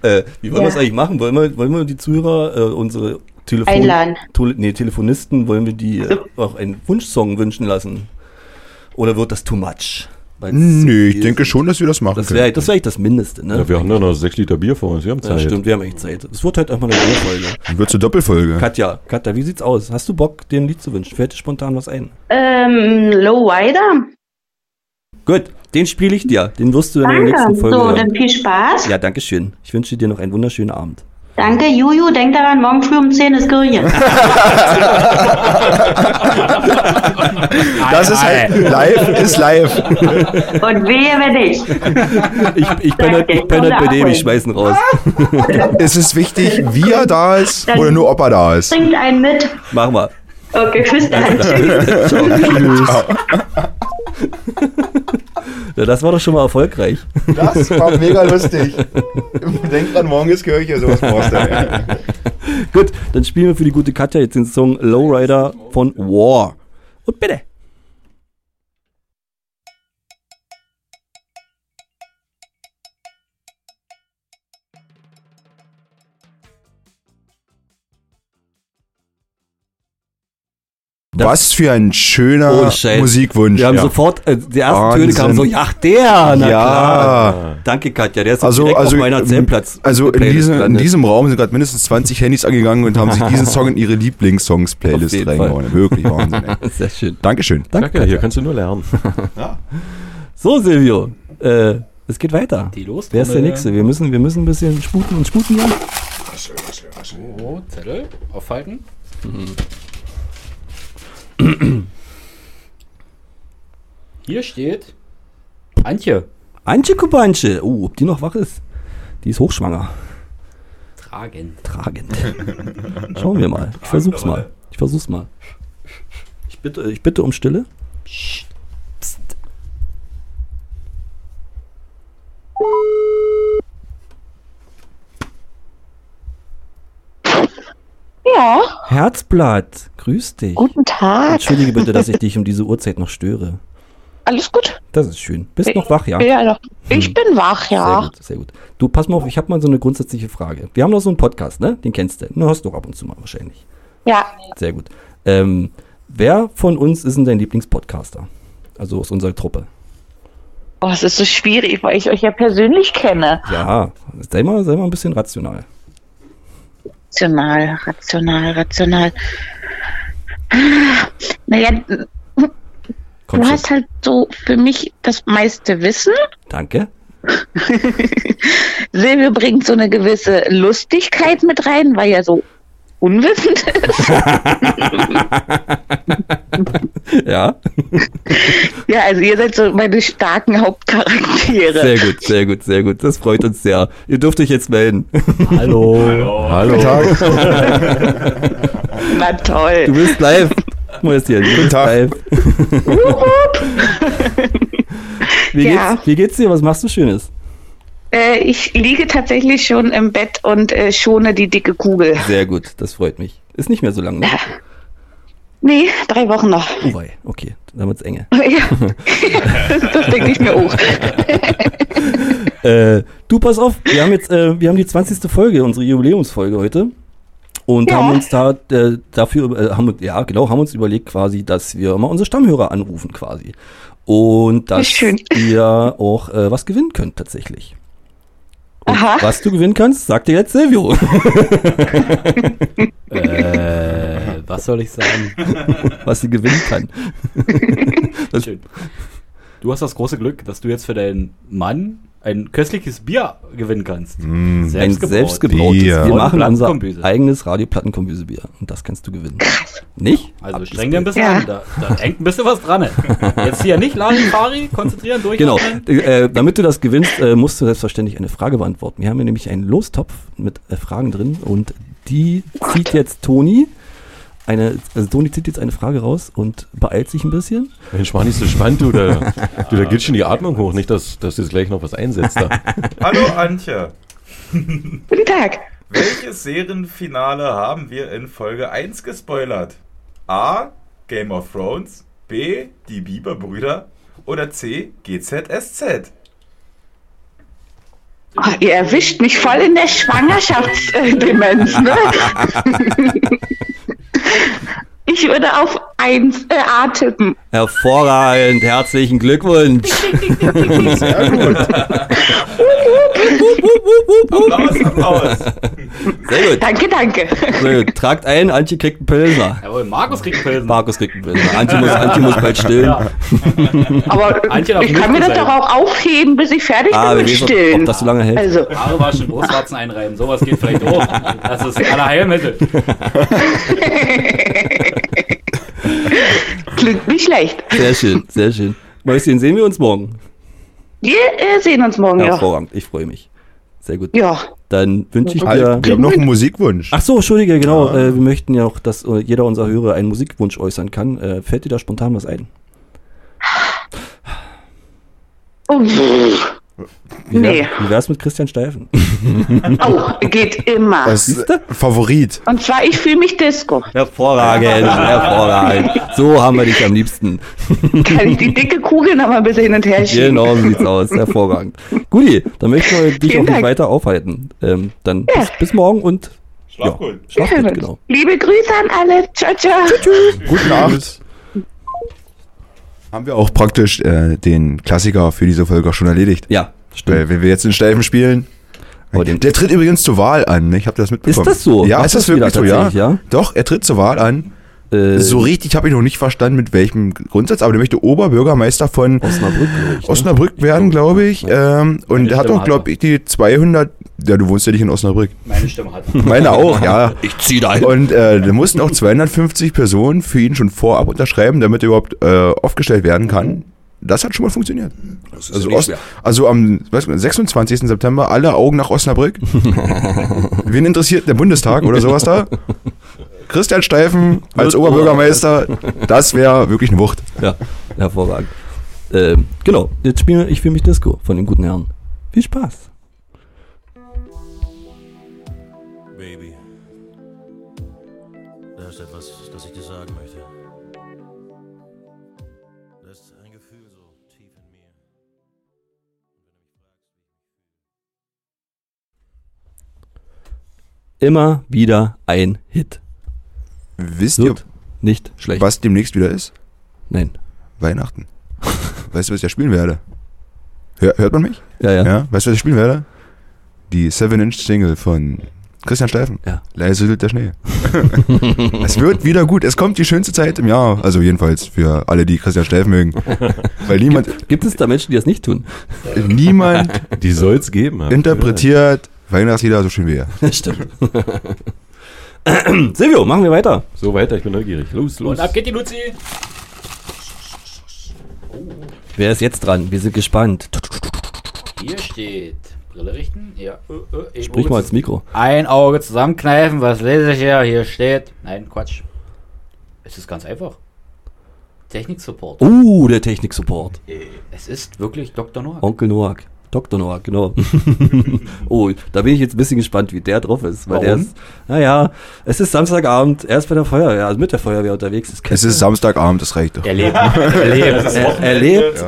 Äh, wie wollen wir das Ja. eigentlich machen? Wollen wir, wollen wir die Zuhörer, äh, unsere Telefon Einladen. Tele nee, Telefonisten, wollen wir die äh, auch einen Wunschsong wünschen lassen? Oder wird das too much? Weil's zu Nö, ich viel denke ist? schon, dass wir das machen Das können. wäre das wär eigentlich das Mindeste, ne? Ja, wir haben ja noch sechs Liter Bier vor uns, wir haben Ja, Zeit. stimmt, wir haben echt Zeit. Es wird halt einfach eine Ruhefolge. Wird zur Doppelfolge. Katja, Katja, wie sieht's aus? Hast du Bock, dir ein Lied zu wünschen? Fällt dir spontan was ein? Ähm, Low Wider? Gut, den spiele ich dir. Den wirst du in der Danke. nächsten Folge So, hören. dann viel Spaß. Ja, danke schön. Ich wünsche dir noch einen wunderschönen Abend. Danke, Juju. Denk daran, morgen früh um 10 ist Grüchen. Das ist halt live, ist live. Und wehe, wenn nicht. Ich, ich bin halt, ich bin halt bei dem, ich schmeiß ihn raus. Ist es wichtig, wie er da ist oder nur ob er da ist? Bringt einen mit. Mach mal. Ah! Okay, bis dann. Tschüss. Ciao. Na, Das war doch schon mal erfolgreich. Das war mega lustig. Denk dran, morgen ist Kirche, sowas brauchst du. Ja. Gut, dann spielen wir für die gute Katja jetzt den Song Lowrider von War. Und bitte. Was für ein schöner Oh, Scheiß. Musikwunsch. Wir haben ja. sofort, äh, die ersten Töne Wahnsinn. kamen so, ach der, na klar. ja. Danke Katja, der ist jetzt Also, direkt also, auf meiner Zellenplatz. also in, diesem, in diesem Raum sind gerade mindestens 20 Handys angegangen und haben sich diesen Song in ihre Auf Lieblingssongs-Playlist jeden reingehauen. Wirklich Wahnsinn. Ey. Sehr schön. Dankeschön. Danke, Danke, hier kannst du nur lernen. So Silvio, äh, es geht weiter. Die los. Wer ist der Nächste? Wir müssen, wir müssen ein bisschen sputen und sputen hier. Oh, Zettel. Aufhalten. Hier steht Antje. Antje Kubanche. Oh, ob die noch wach ist? Die ist hochschwanger. Tragend. Tragend. Schauen wir mal. Ich versuch's mal. Ich versuch's mal. Ich bitte, ich bitte um Stille. Ja, Herzblatt, grüß dich. guten Tag. Entschuldige bitte, dass ich dich um diese Uhrzeit noch störe. Alles gut? Das ist schön. Bist noch wach, ja? Ja, ja. Ich Hm. bin wach, Sehr ja. gut, sehr gut. Du, pass mal auf, ich habe mal so eine grundsätzliche Frage. Wir haben doch so einen Podcast, ne? Den kennst du. Den hörst du auch ab und zu mal wahrscheinlich. Ja, Sehr gut. Ähm, wer von uns ist denn dein Lieblingspodcaster? Also aus unserer Truppe. oh, es ist so schwierig, weil ich euch ja persönlich kenne. Ja, sei mal, sei mal ein bisschen rational. Rational, rational, rational. Naja, du Komm schon. hast halt so für mich das meiste Wissen. Danke. Silvio bringt so eine gewisse Lustigkeit mit rein, weil er so unwissend ist. Ja, Ja, also ihr seid so meine starken Hauptcharaktere. sehr gut, sehr gut, sehr gut. Das freut uns sehr. Ihr dürft euch jetzt melden. Hallo. Guten Tag. Na toll. Du bist live. Mäuschen, du bist Tag. live. Wie Ja. geht's, wie geht's dir? Was machst du Schönes? Äh, ich liege tatsächlich schon im Bett und äh, schone die dicke Kugel. Sehr gut, das freut mich. Ist nicht mehr so lang, ne? Nee, drei Wochen noch. Oh wei, okay, dann wird's enge. Ja. das, das denke ich mir auch. Äh, du, pass auf, wir haben jetzt, äh, wir haben die 20. Folge, unsere Jubiläumsfolge heute. Und Ja. haben uns da äh, dafür, äh, haben, ja genau, haben uns überlegt quasi, dass wir mal unsere Stammhörer anrufen quasi. Und dass Schön. ihr auch äh, was gewinnen könnt tatsächlich. Und Aha. was du gewinnen kannst, sagt dir jetzt Silvio. Äh, was soll ich sagen? was sie gewinnen kann. Das- Schön. Du hast das große Glück, dass du jetzt für deinen Mann ein köstliches Bier gewinnen kannst. Mm. Hm. Ein Selbstgebraut. selbstgebrautes. Bier. Wir Von machen unser Plattenkombüse. eigenes Radioplattenkombüsebier. Und das kannst du gewinnen. Nicht? Also Ab streng dir ein ins bisschen Ja. an, da, da hängt ein bisschen was dran. Jetzt hier nicht laden, Fari, konzentrieren, durch. Genau. Äh, damit du das gewinnst, äh, musst du selbstverständlich eine Frage beantworten. Wir haben hier nämlich einen Lostopf mit äh, Fragen drin und die zieht jetzt Toni. Eine, also Toni zieht jetzt eine Frage raus und beeilt sich ein bisschen. Mensch, mach nicht so spannend, du. Da, du, da geht schon die Atmung hoch. Nicht, dass, dass jetzt gleich noch was einsetzt. Da. Hallo Antje. Guten Tag. Welches Serienfinale haben wir in Folge 1 gespoilert? A. Game of Thrones. B. Die Bieber-Brüder. Oder C. GZSZ. Oh, ihr erwischt mich voll in der Schwangerschaftsdemenz, ne? Ich würde auf 1 äh, A tippen. Hervorragend, herzlichen Glückwunsch. Sehr gut. Applaus, Applaus. Sehr gut. Danke, danke. Sehr gut. Tragt ein, Antje kriegt einen Pilsner. Jawohl, Markus kriegt einen Pilsen. Markus kriegt einen Pilsner. Antje muss, Antje muss bald stillen. Ja. Aber äh, Antje darf ich kann mir das nüchtern sein. doch auch aufheben, bis ich fertig Ah, bin wir mit wissen, ob Stillen. das so lange hält. Also, Haare waschen, Brustwarzen einreiben, sowas geht vielleicht auch. Das ist aller Heilmittel. klingt nicht schlecht. Sehr schön, sehr schön. Mäuschen, sehen wir uns morgen. Wir äh, sehen uns morgen noch. Hervorragend, ich freue mich. Sehr gut. Ja. Dann wünsche ich Halt, dir. wir haben noch einen Musikwunsch. Ach so, Entschuldige, genau. Äh, wir möchten ja auch, dass äh, jeder unserer Hörer einen Musikwunsch äußern kann. Äh, fällt dir da spontan was ein? Oh, pff. Wie wär's, Nee. wie wär's mit Christian Steifen? Au, Oh, geht immer. Das ist Favorit. Und zwar, ich fühle mich Disco. Hervorragend, hervorragend. So haben wir dich am liebsten. Kann ich die dicke Kugel noch mal ein bisschen hin und her schieben? Genau so sieht's aus. Hervorragend. Guti, dann möchten wir dich auch Vielen nicht Dank. weiter aufhalten. Ähm, dann Ja. bis, bis morgen und Schlaf gut. schlaf Wir hören gut, uns. genau. Liebe Grüße an alle. Ciao, ciao. Gute Nacht. Haben wir auch praktisch äh, den Klassiker für diese Folge auch schon erledigt. Ja, stimmt. Weil wenn wir jetzt den Steifen spielen. Aber den- der tritt übrigens zur Wahl an, ne? ich habe das mitbekommen. das so? Ja, Macht ist das das wieder wirklich so, ja? tatsächlich, ja? Doch, er tritt zur Wahl an. Äh, So richtig habe ich noch nicht verstanden, mit welchem Grundsatz, aber der möchte Oberbürgermeister von Osnabrück, glaub ich, ne? Osnabrück werden, glaube ich. Ähm, und Meine er hat Stimme auch, glaube hat ich, die 200. Ja, du wohnst ja nicht in Osnabrück. Meine Stimme hat. Meine auch, ja. Ich zieh da hin. Und äh, da mussten auch 250 Personen für ihn schon vorab unterschreiben, damit er überhaupt äh, aufgestellt werden kann. Das hat schon mal funktioniert. Also, Ost, also am weiß nicht, 26. September alle Augen nach Osnabrück. Wen interessiert der Bundestag oder sowas da? Christian Steifen als Wird Oberbürgermeister, das wäre wirklich eine Wucht. Ja, hervorragend. Ähm, genau, jetzt spielen wir Ich fühle mich Disco von dem guten Herrn. Viel Spaß. Baby. Da ist etwas, das ich dir sagen möchte. Das ist ein Gefühl so tief in mir. Immer wieder ein Hit. Wisst ihr, Wird nicht schlecht. was demnächst wieder ist? Nein. Weihnachten. Weißt du, was ich da spielen werde? Hör, hört man mich? Ja, ja. Ja. Weißt du, was ich spielen werde? Die 7-Inch-Single von Christian Steifen. Ja. Leise süttelt der Schnee. es wird wieder gut. Es kommt die schönste Zeit im Jahr. Also jedenfalls für alle, die Christian Steifen mögen. Weil niemand, Gibt es da Menschen, die das nicht tun? niemand Die soll es geben. hab ich interpretiert Weihnachtslieder so schön wie er. Das stimmt. Silvio, machen wir weiter. gehört. So weiter, ich bin neugierig. Los, los. Und ab geht die Luzi. Wer ist jetzt dran? Wir sind gespannt. Hier steht. Brille richten? Ja. Äh, äh, Sprich mal ins Mikro. Ein Auge zusammenkneifen, was lese ich hier? Hier steht. Nein, Quatsch. Es ist ganz einfach. Technik-Support. Oh, der Technik-Support. Äh, Es ist wirklich Dr. Noack. Onkel Noack. Dr. Noack, genau. oh, da bin ich jetzt ein bisschen gespannt, wie der drauf ist. Weil der Warum? ist, naja, es ist Samstagabend, er ist bei der Feuerwehr, also mit der Feuerwehr unterwegs. Das kennt Es ist Samstagabend, das reicht doch. Er lebt. Er lebt. man. er, er lebt.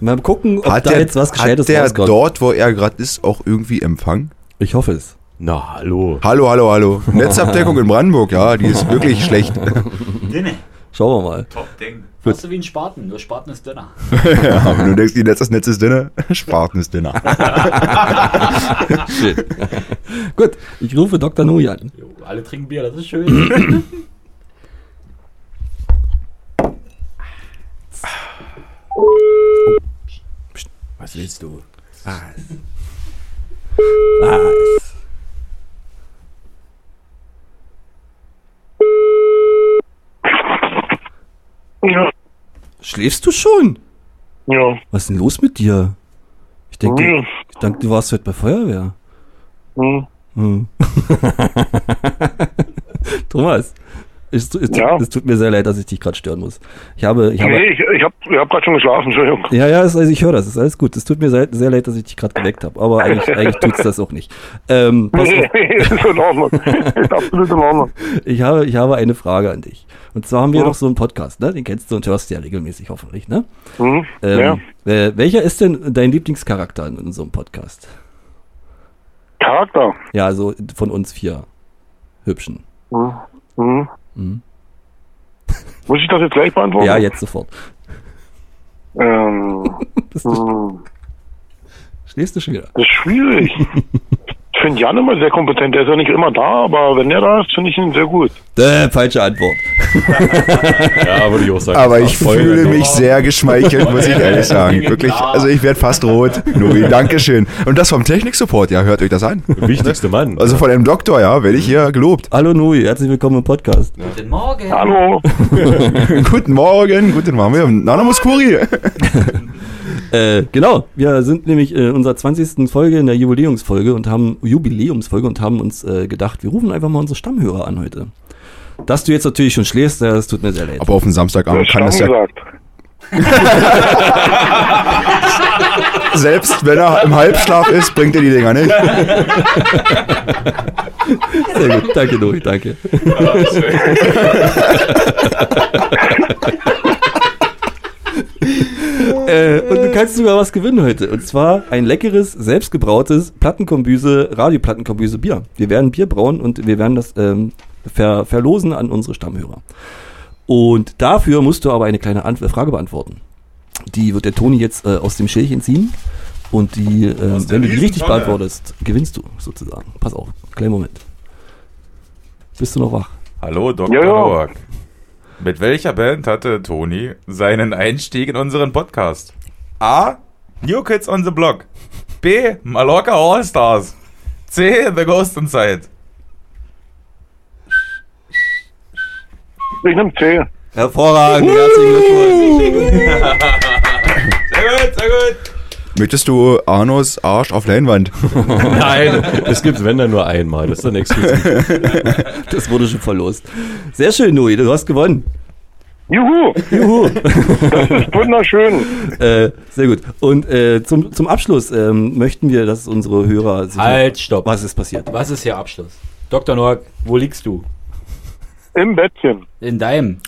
Mal gucken, ob da jetzt was Gescheites hat der rauskommt. dort, wo er gerade ist, auch irgendwie Empfang? Ich hoffe es. Na, hallo. Hallo, hallo, hallo. Netzabdeckung in Brandenburg, ja, die ist wirklich schlecht. Dinne. Schauen wir mal. Top Ding. Fast so wie ein Spaten, nur Spaten ist dünner. ja, wenn du denkst, die Netz, das Netz ist dünner, Spaten ist dünner. Shit. Gut, ich rufe Dr. Nui an. Jo, alle trinken Bier, das ist schön. Was willst du? Was? Was? Ja, Schläfst du schon? ja, Was ist denn los mit dir? Ich denke, Nö. ich denke du warst heute bei Feuerwehr. hm, Hm. Thomas, es, tu- es, tu- Ja. es tut mir sehr leid, dass ich dich gerade stören muss. Ich habe, ich habe, nee, ich, ich hab, ich hab grad schon geschlafen, Entschuldigung. ja, ja, es- also ich höre das, ist alles gut. Es tut mir sehr, sehr leid, dass ich dich gerade geweckt habe, aber eigentlich, eigentlich tut's das auch nicht. Ähm, pass auf. Nee, ist in Ordnung. Ist absolut in Ordnung. Ich habe, ich habe eine Frage an dich. Und zwar haben wir Ja. noch so einen Podcast, ne? Den kennst du und hörst ja regelmäßig hoffentlich, ne? Hm, ja. Ähm, äh, welcher ist denn dein Lieblingscharakter in unserem Podcast? Charakter. Ja, also von uns vier Hübschen. Hm, hm. Mhm. Muss ich das jetzt gleich beantworten? Ja, jetzt sofort. Ähm, Bist du, hm, schläfst du schon wieder? das ist schwierig. Ich finde Jan immer sehr kompetent. Der ist ja nicht immer da, aber wenn er da ist, finde ich ihn sehr gut. Äh, falsche Antwort. Ja, würde ich auch sagen. Aber ich Ah, Feuerwehr. fühle mich sehr geschmeichelt, muss ich ehrlich sagen. Wirklich, Genau. also ich werde fast rot. Nuri, Dankeschön. Und das vom Technik-Support, ja, hört euch das an. Wichtigste Mann. Also von einem Doktor, ja, werde ich hier gelobt. Hallo Nui, herzlich willkommen im Podcast. Guten Morgen. Hallo. guten Morgen, guten Morgen. Nana Muskuri. Äh, genau, wir sind nämlich in unserer 20. Folge in der Jubiläumsfolge und haben Jubiläumsfolge und haben uns äh, gedacht, wir rufen einfach mal unsere Stammhörer an heute. Dass du jetzt natürlich schon schläfst, äh, das tut mir sehr leid. Aber auf den Das Samstagabend ist kann schon das ja, gesagt. Selbst wenn er im Halbschlaf ist, bringt er die Dinger nicht. Sehr gut, danke, Nori, danke. äh, und du kannst sogar was gewinnen heute. Und zwar ein leckeres, selbstgebrautes Plattenkombüse, Radioplattenkombüse Bier. Wir werden Bier brauen und wir werden das ähm, ver verlosen an unsere Stammhörer. Und dafür musst du aber eine kleine Ant Frage beantworten. Die wird der Toni jetzt äh, aus dem Schälchen ziehen. Und die, äh, Aus der wenn du die nächsten richtig Tonne. beantwortest, gewinnst du sozusagen. Pass auf, kleinen Moment. Bist du noch wach? Hallo, Dr. Ja, ja. Nowak. Mit welcher Band hatte Toni seinen Einstieg in unseren Podcast? A. New Kids on the Block. B. Mallorca All Stars. C. The Ghost Inside. Ich nehme C. Hervorragend, herzlichen Möchtest du Arnos Arsch auf Leinwand? Nein, das gibt's wenn dann nur einmal. Das ist dann exklusiv. Das wurde schon verlost. Sehr schön, Nui, du hast gewonnen. Juhu! Juhu! Das ist wunderschön. Äh, sehr gut. Und äh, zum, zum Abschluss ähm, möchten wir, dass unsere Hörer sich. Halt, stopp. Was ist Äh, passiert? Was ist hier Abschluss? Dr. Norg, wo liegst du? Im Bettchen. In deinem.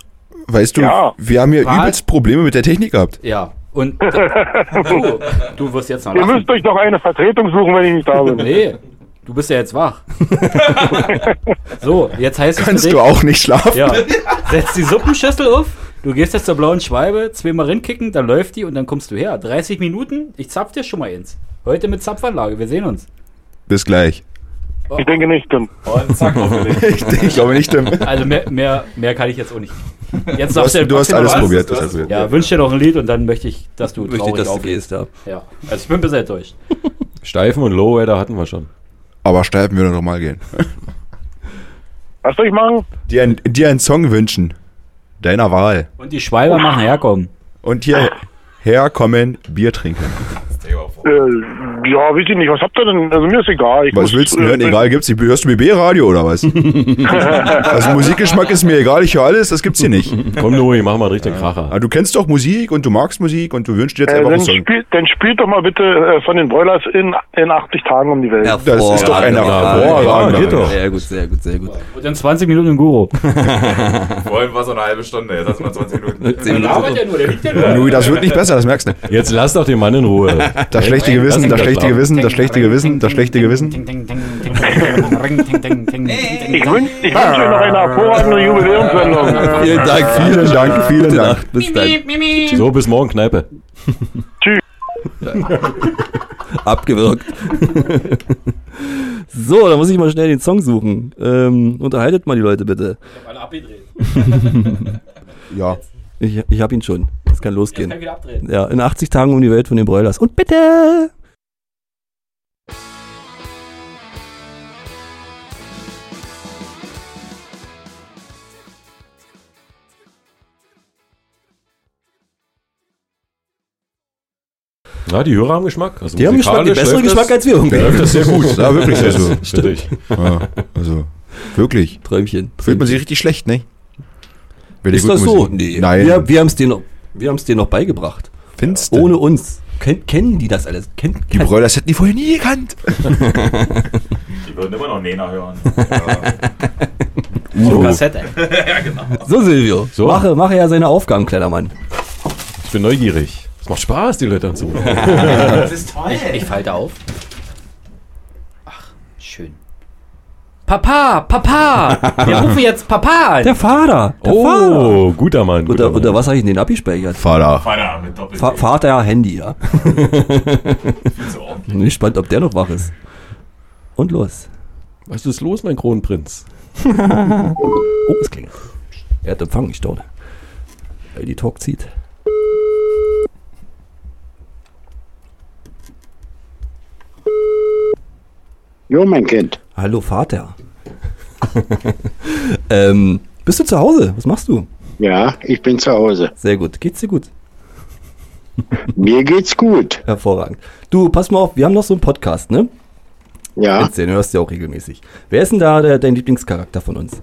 Weißt du, Ja. wir haben hier Was? übelst Probleme mit der Technik gehabt. Ja. Und du, du wirst jetzt noch Ihr lachen. müsst euch noch eine Vertretung suchen, wenn ich nicht da bin. Nee, du bist ja jetzt wach. so, jetzt heißt es. Kannst für du dich- auch nicht schlafen? Ja. Setz die Suppenschüssel auf. Du gehst jetzt zur blauen Schwalbe, zweimal rinkicken, dann läuft die und dann kommst du her. 30 Minuten, ich zapf dir schon mal eins. Heute mit Zapfanlage, wir sehen uns. Oh, Bis gleich. Ich denke nicht, Tim. Und zack, aufgelegt. Ich, ich glaube nicht, Tim. Also mehr, mehr, mehr kann ich jetzt auch nicht. Jetzt Du hast- darfst du hast maximal- alles probiert, du hast alles probiert. Ja, wünsch dir noch ein Lied und dann möchte ich, dass du Möchte ich, traurig dass du auflegst. gehst, ja. ja. Also ich bin ein bisschen enttäuscht. Steifen und Lowrider hatten wir schon. Aber steifen würde nochmal gehen. Was soll ich machen? Dir, ein, dir einen Song wünschen. Deiner Wahl. Und die Schwalber machen herkommen. Und hier herkommen, Bier trinken. Äh, ja, weiß ich nicht. Was habt ihr denn? Also mir ist egal. Ich Was willst du denn hören? Egal, gibt's nicht. Hörst du BB-Radio oder was? also Musikgeschmack ist mir egal, ich höre alles, das gibt's hier nicht. Komm, Nuri, mach mal richtig Kracher. Aber du kennst doch Musik und du magst Musik und du wünschst dir jetzt Äh, einfach einen dann, Song. spiel, dann spielt doch mal bitte äh, von den Broilers in, in 80 Tagen um die Welt. Das ist doch eine hervorragende hervorragende. geht doch. Sehr gut, sehr gut, sehr gut. Und dann 20 Minuten im Guru. Vorhin war so eine halbe Stunde, jetzt hast du mal 20 Minuten. Zehn Minuten. ja nur, der liegt ja Nui, das wird nicht besser, das merkst du. Jetzt lass doch den Mann in Ruhe. Das schlechte Gewissen, das schlechte Gewissen, das schlechte Gewissen, das schlechte Gewissen. Ich wünsche ich wünsch euch noch eine hervorragende Jubiläumssendung. Vielen Dank, Vielen Dank, vielen Dank. Bis dann. So, bis morgen, Kneipe. Abgewirkt. so, da muss ich mal schnell den Song suchen. Ähm, unterhaltet mal die Leute bitte. Alle abgedreht. Ja. Ich, ich hab ihn schon. Es kann losgehen. kann wieder abdrehen. Ja, in 80 Tagen um die Welt von den Broilers. Und bitte! Na, die Hörer haben Geschmack. Also Die haben Geschmack, den musikalisch besseren läuft das- Geschmack als wir. Läuft das sehr gut. Ja, wirklich sehr so. so. Für dich. Ja, also, wirklich. Träumchen. Fühlt man sich richtig schlecht, ne? Wenn die Ist gute das so? Musik- Nee. Nein. Wir, wir haben es dir noch, wir haben's dir noch beigebracht. Findest du? Ohne uns. Ken, kennen die das alles? Ken, Die Broilers hätten die vorher nie gekannt. Die würden immer noch Nena hören. So Kassette. ja, genau. so, Silvio. So. Mache, mache ja seine Aufgaben, kleiner Mann. Ich bin neugierig. Es macht Spaß, die Leute anzurufen. Das ist toll. Ich, ich falte auf. Ach, schön. Papa, Papa! Ah, Wir rufen jetzt Papa an. Der Vater. Der Vater. Oh, guter Mann. Guter Oder, Mann. oder was habe ich in den abgespeichert? Vater. Feiner mit Doppel. Fa Vater Handy, ja. so. Bin gespannt, ob der noch wach ist. Und los. Was ist los, mein Kronprinz? Oh, es klingelt. Er hat Empfang, ich staune. Weil die Talk zieht. Jo, mein Kind. Hallo, Vater. ähm, bist du zu Hause? Was machst du? Ja, ich bin zu Hause. Sehr gut. Geht's dir gut? Mir geht's gut. Hervorragend. Du, pass mal auf, wir haben noch so einen Podcast, ne? Ja, Jetzt, den hörst du ja auch regelmäßig. Wer ist denn da der, dein Lieblingscharakter von uns?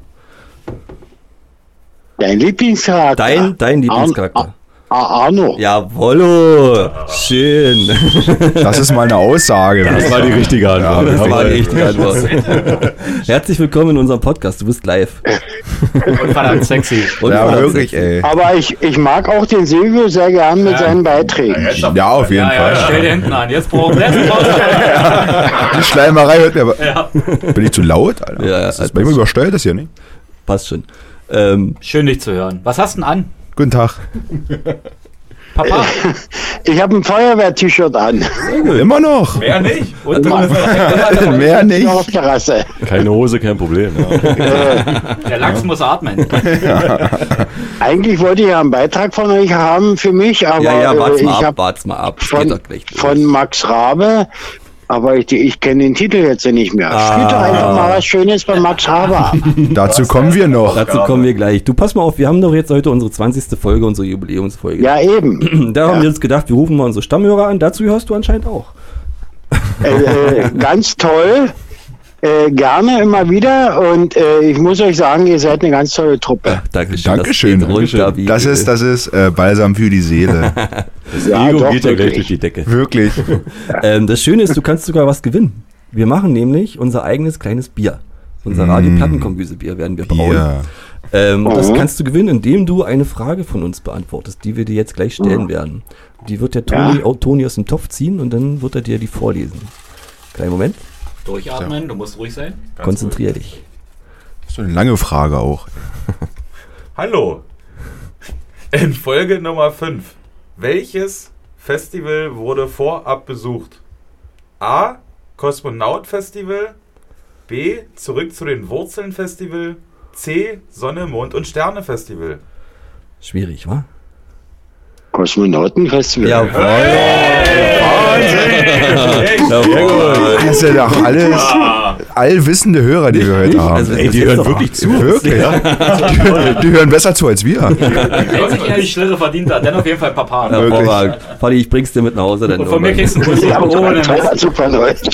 dein Lieblingscharakter. Dein, dein Arn- Lieblingscharakter. Ar- Ah, Arno. Jawollo. Schön. Das ist mal eine Aussage. Das war die richtige Antwort. das war die Jawohl. richtige Antwort. Herzlich willkommen in unserem Podcast. Du bist live. Und verdammt sexy. Und ja, verdammt wirklich, sexy. ey. Aber ich, ich mag auch den Silvio sehr gern mit seinen Beiträgen. Ja, auf jeden Ja, ja, Fall. stell dir hinten an. Jetzt brauchen wir Die Schleimerei hört mir aber. Ja. Bin ich zu laut, Alter? Ja, ja, das ist also bei mir übersteuert das hier, nicht? passt schon. Ähm, Schön, dich zu hören. Was hast du denn an? Guten Tag. Papa, Ich habe ein Feuerwehr-T-Shirt an. Immer noch. Mehr nicht. Und Immer- Mehr Ich bin nicht. auf der Rasse. Keine Hose, kein Problem. der Lachs muss atmen. Eigentlich wollte ich ja einen Beitrag von euch haben für mich, aber ja, ja, wart's äh, mal ich ab, habe wart's mal ab. Geht von, doch gleich los. von Max Rabe, aber ich, ich kenne den Titel jetzt nicht mehr. Ah. Spielt doch einfach mal was Schönes bei Max Rabe ab. Dazu kommen wir noch. Dazu kommen wir gleich. Du pass mal auf, wir haben doch jetzt heute unsere 20. Folge, unsere Jubiläumsfolge. Ja, eben. Da haben Ja. wir uns gedacht, wir rufen mal unsere Stammhörer an. Dazu hörst du anscheinend auch. äh, äh, ganz toll. Äh, gerne immer wieder und äh, ich muss euch sagen, ihr seid eine ganz tolle Truppe. Dankeschön. Dankeschön. Das geht runter, wie- Das ist, das ist äh, Balsam für die Seele. Das Ja, Ego doch, geht ja gleich wirklich. durch die Decke. Wirklich. Ähm, das Schöne ist, du kannst sogar was gewinnen. Wir machen nämlich unser eigenes kleines Bier. Unser Mm. Radioplattenkombüse-Bier werden wir brauen. Ja. Ähm, und Das Mhm. kannst du gewinnen, indem du eine Frage von uns beantwortest, die wir dir jetzt gleich Mhm. stellen werden. Die wird der Toni, Ja. au- Toni aus dem Topf ziehen und dann wird er dir die vorlesen. Kleinen Moment, Durchatmen, du musst ruhig sein. konzentrier dich. So eine lange Frage auch. Hallo. In Folge Nummer 5. Welches Festival wurde vorab besucht? A. Kosmonaut Festival. B. Zurück zu den Wurzeln Festival. C. Sonne, Mond und Sterne Festival. Schwierig, wa? Kosmonautenfestival. Jawohl. Das sind doch alles Ah. allwissende Hörer, die wir heute haben. Also, Ey, die hören wirklich zu. Wirklich. Die, die hören besser zu als wir. Wenn sich eher die Schlirre verdient hat, dann auf jeden Fall Papa. Ja, Wirklich. Hervorragend. Fadi, ich bring's dir mit nach Hause. oh Dann Und von mir irgendwann. kriegst du einen Pussy. Ja, Ohne super, Mist. super Leute.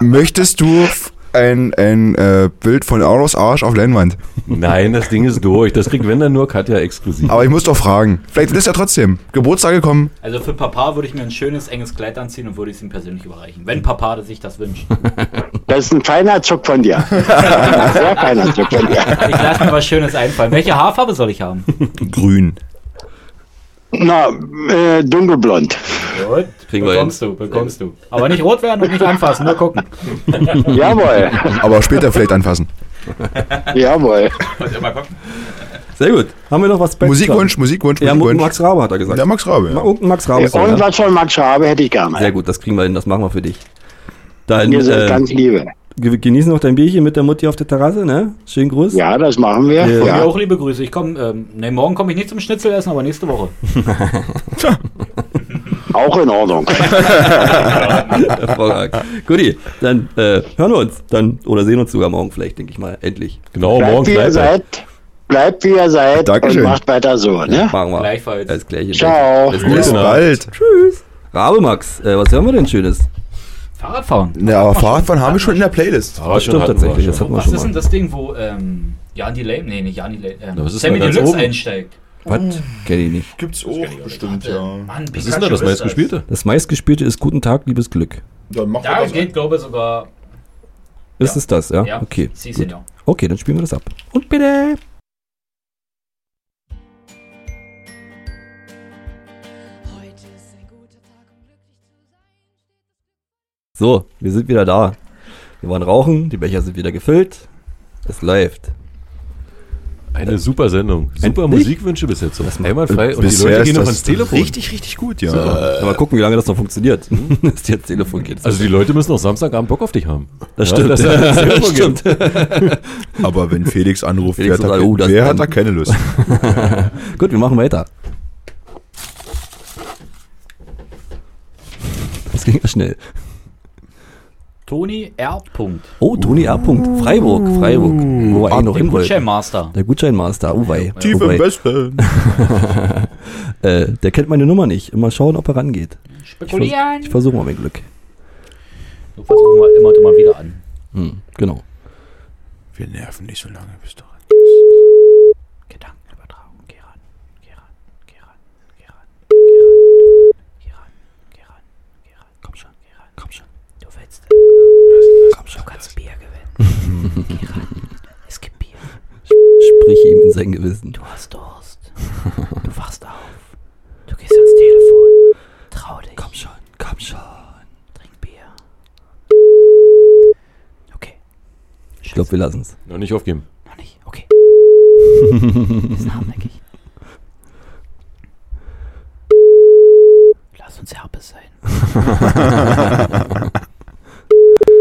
Möchtest du f- ein, ein äh, Bild von Auros Arsch auf Leinwand? Nein, das Ding ist durch. Das kriegt wenn dann nur Katja exklusiv. Aber ich muss doch fragen. Vielleicht wird es ja trotzdem. Geburtstage kommen. Also für Papa würde ich mir ein schönes, enges Kleid anziehen und würde es ihm persönlich überreichen. Wenn Papa sich das wünscht. Das ist ein feiner Zuck von dir. Sehr feiner Zuck von dir. Ich lasse mir was Schönes einfallen. Welche Haarfarbe soll ich haben? Grün. Na, äh, dunkelblond. Gut, wir bekommst du, bekommst du. Aber nicht rot werden und nicht anfassen, nur gucken. Jawohl, Aber später vielleicht anfassen. jawohl. Und immer gucken. Sehr gut. Haben wir noch was bei Musikwunsch, Musikwunsch, Ja, Mu- Musikwunsch. Max Rabe hat er gesagt. Ja, Max Rabe. Ma- Ja. irgendein Max Rabe. Song, ja? Irgendwas von Max Rabe hätte ich gerne. Sehr gut, das kriegen wir hin. Das machen wir für dich. Dann Ihr seid äh, ganz liebe. ge- genießen noch dein Bierchen mit der Mutti auf der Terrasse, ne? Schönen Gruß. Äh, Ja, das machen wir. Ja. Ja. Ja. Auch liebe Grüße. Ich komme, ähm, nee, morgen komme ich nicht zum Schnitzel essen, aber nächste Woche. Auch in Ordnung. Hervorragend. Guti, dann äh, hören wir uns dann oder sehen uns sogar morgen vielleicht, denke ich mal. Endlich. Genau, morgen Bleibt wie ihr bleibt er. seid. Bleibt wie ihr seid Dankeschön. und macht weiter so. Ne? Machen wir. Gleichfalls. Alles gleich. Ciao. Bis Bis gleich. bald. Rabe Max, äh, was hören wir denn Schönes? Fahrradfahren. Ja, aber Fahrradfahren haben wir schon in der Playlist. Aber schon stimmt hatten wir tatsächlich, schon. das hatten wir Was schon ist denn mal. das Ding, wo ähm, Jani Lame, nee, nicht Jani Lame, ähm, was ist Sammy denn da ganz Deluxe oben? einsteigt. Oh. Was? Kenn ich nicht. Gibt's auch, bestimmt, Mann, Pikachu Was ist denn da das meistgespielte? Das meistgespielte ist Guten Tag, liebes Glück. Dann mach Da geht, glaube ich, sogar, Ist Ja. es das, ja? ja, Okay. Sie, gut. Senior. Okay, dann spielen wir das ab. Und bitte. So, wir sind wieder da. Wir waren rauchen, die Becher sind wieder gefüllt. Es läuft. Eine super Sendung. Super Endlich? Musikwünsche bis jetzt. Das einwandfrei. Und die Bisher Leute ist gehen noch das ans Telefon. Richtig, richtig gut, ja. Äh, Mal gucken, wie lange das noch funktioniert. Hm? Dass die jetzt Telefon geht. Also die Leute müssen auch Samstagabend Bock auf dich haben. das Ja, stimmt. dass er ans Telefon geht. stimmt. Aber wenn Felix anruft, Felix wer, hat, sagt, da- oh, das- wer hat da keine Lust? Gut, wir machen weiter. Das ging ja schnell. Toni R. Punkt. Oh, Toni R. Punkt. Freiburg, Freiburg. Wo wir eigentlich noch hin wollten. Gutscheinmaster. Der Gutscheinmaster, oh wei. Tief oh im wei. Westen. Äh, der kennt meine Nummer nicht. Immer schauen, ob er rangeht. Ich, vers ich versuche mal mein Glück. So versuchen wir immer und immer wieder an. Hm, genau. Wir nerven nicht so lange, bis doch. Gedankenübertragung, geh ran, geh ran, geh ran, geh ran. sprich ihm in sein Gewissen. Du hast Durst. Du wachst auf. Du gehst ans Telefon. Trau dich. Komm schon, komm schon. Trink Bier. Ich glaube, wir lassen es. Noch nicht aufgeben. Noch nicht, okay. ist hartnäckig. Lass uns Herpes sein.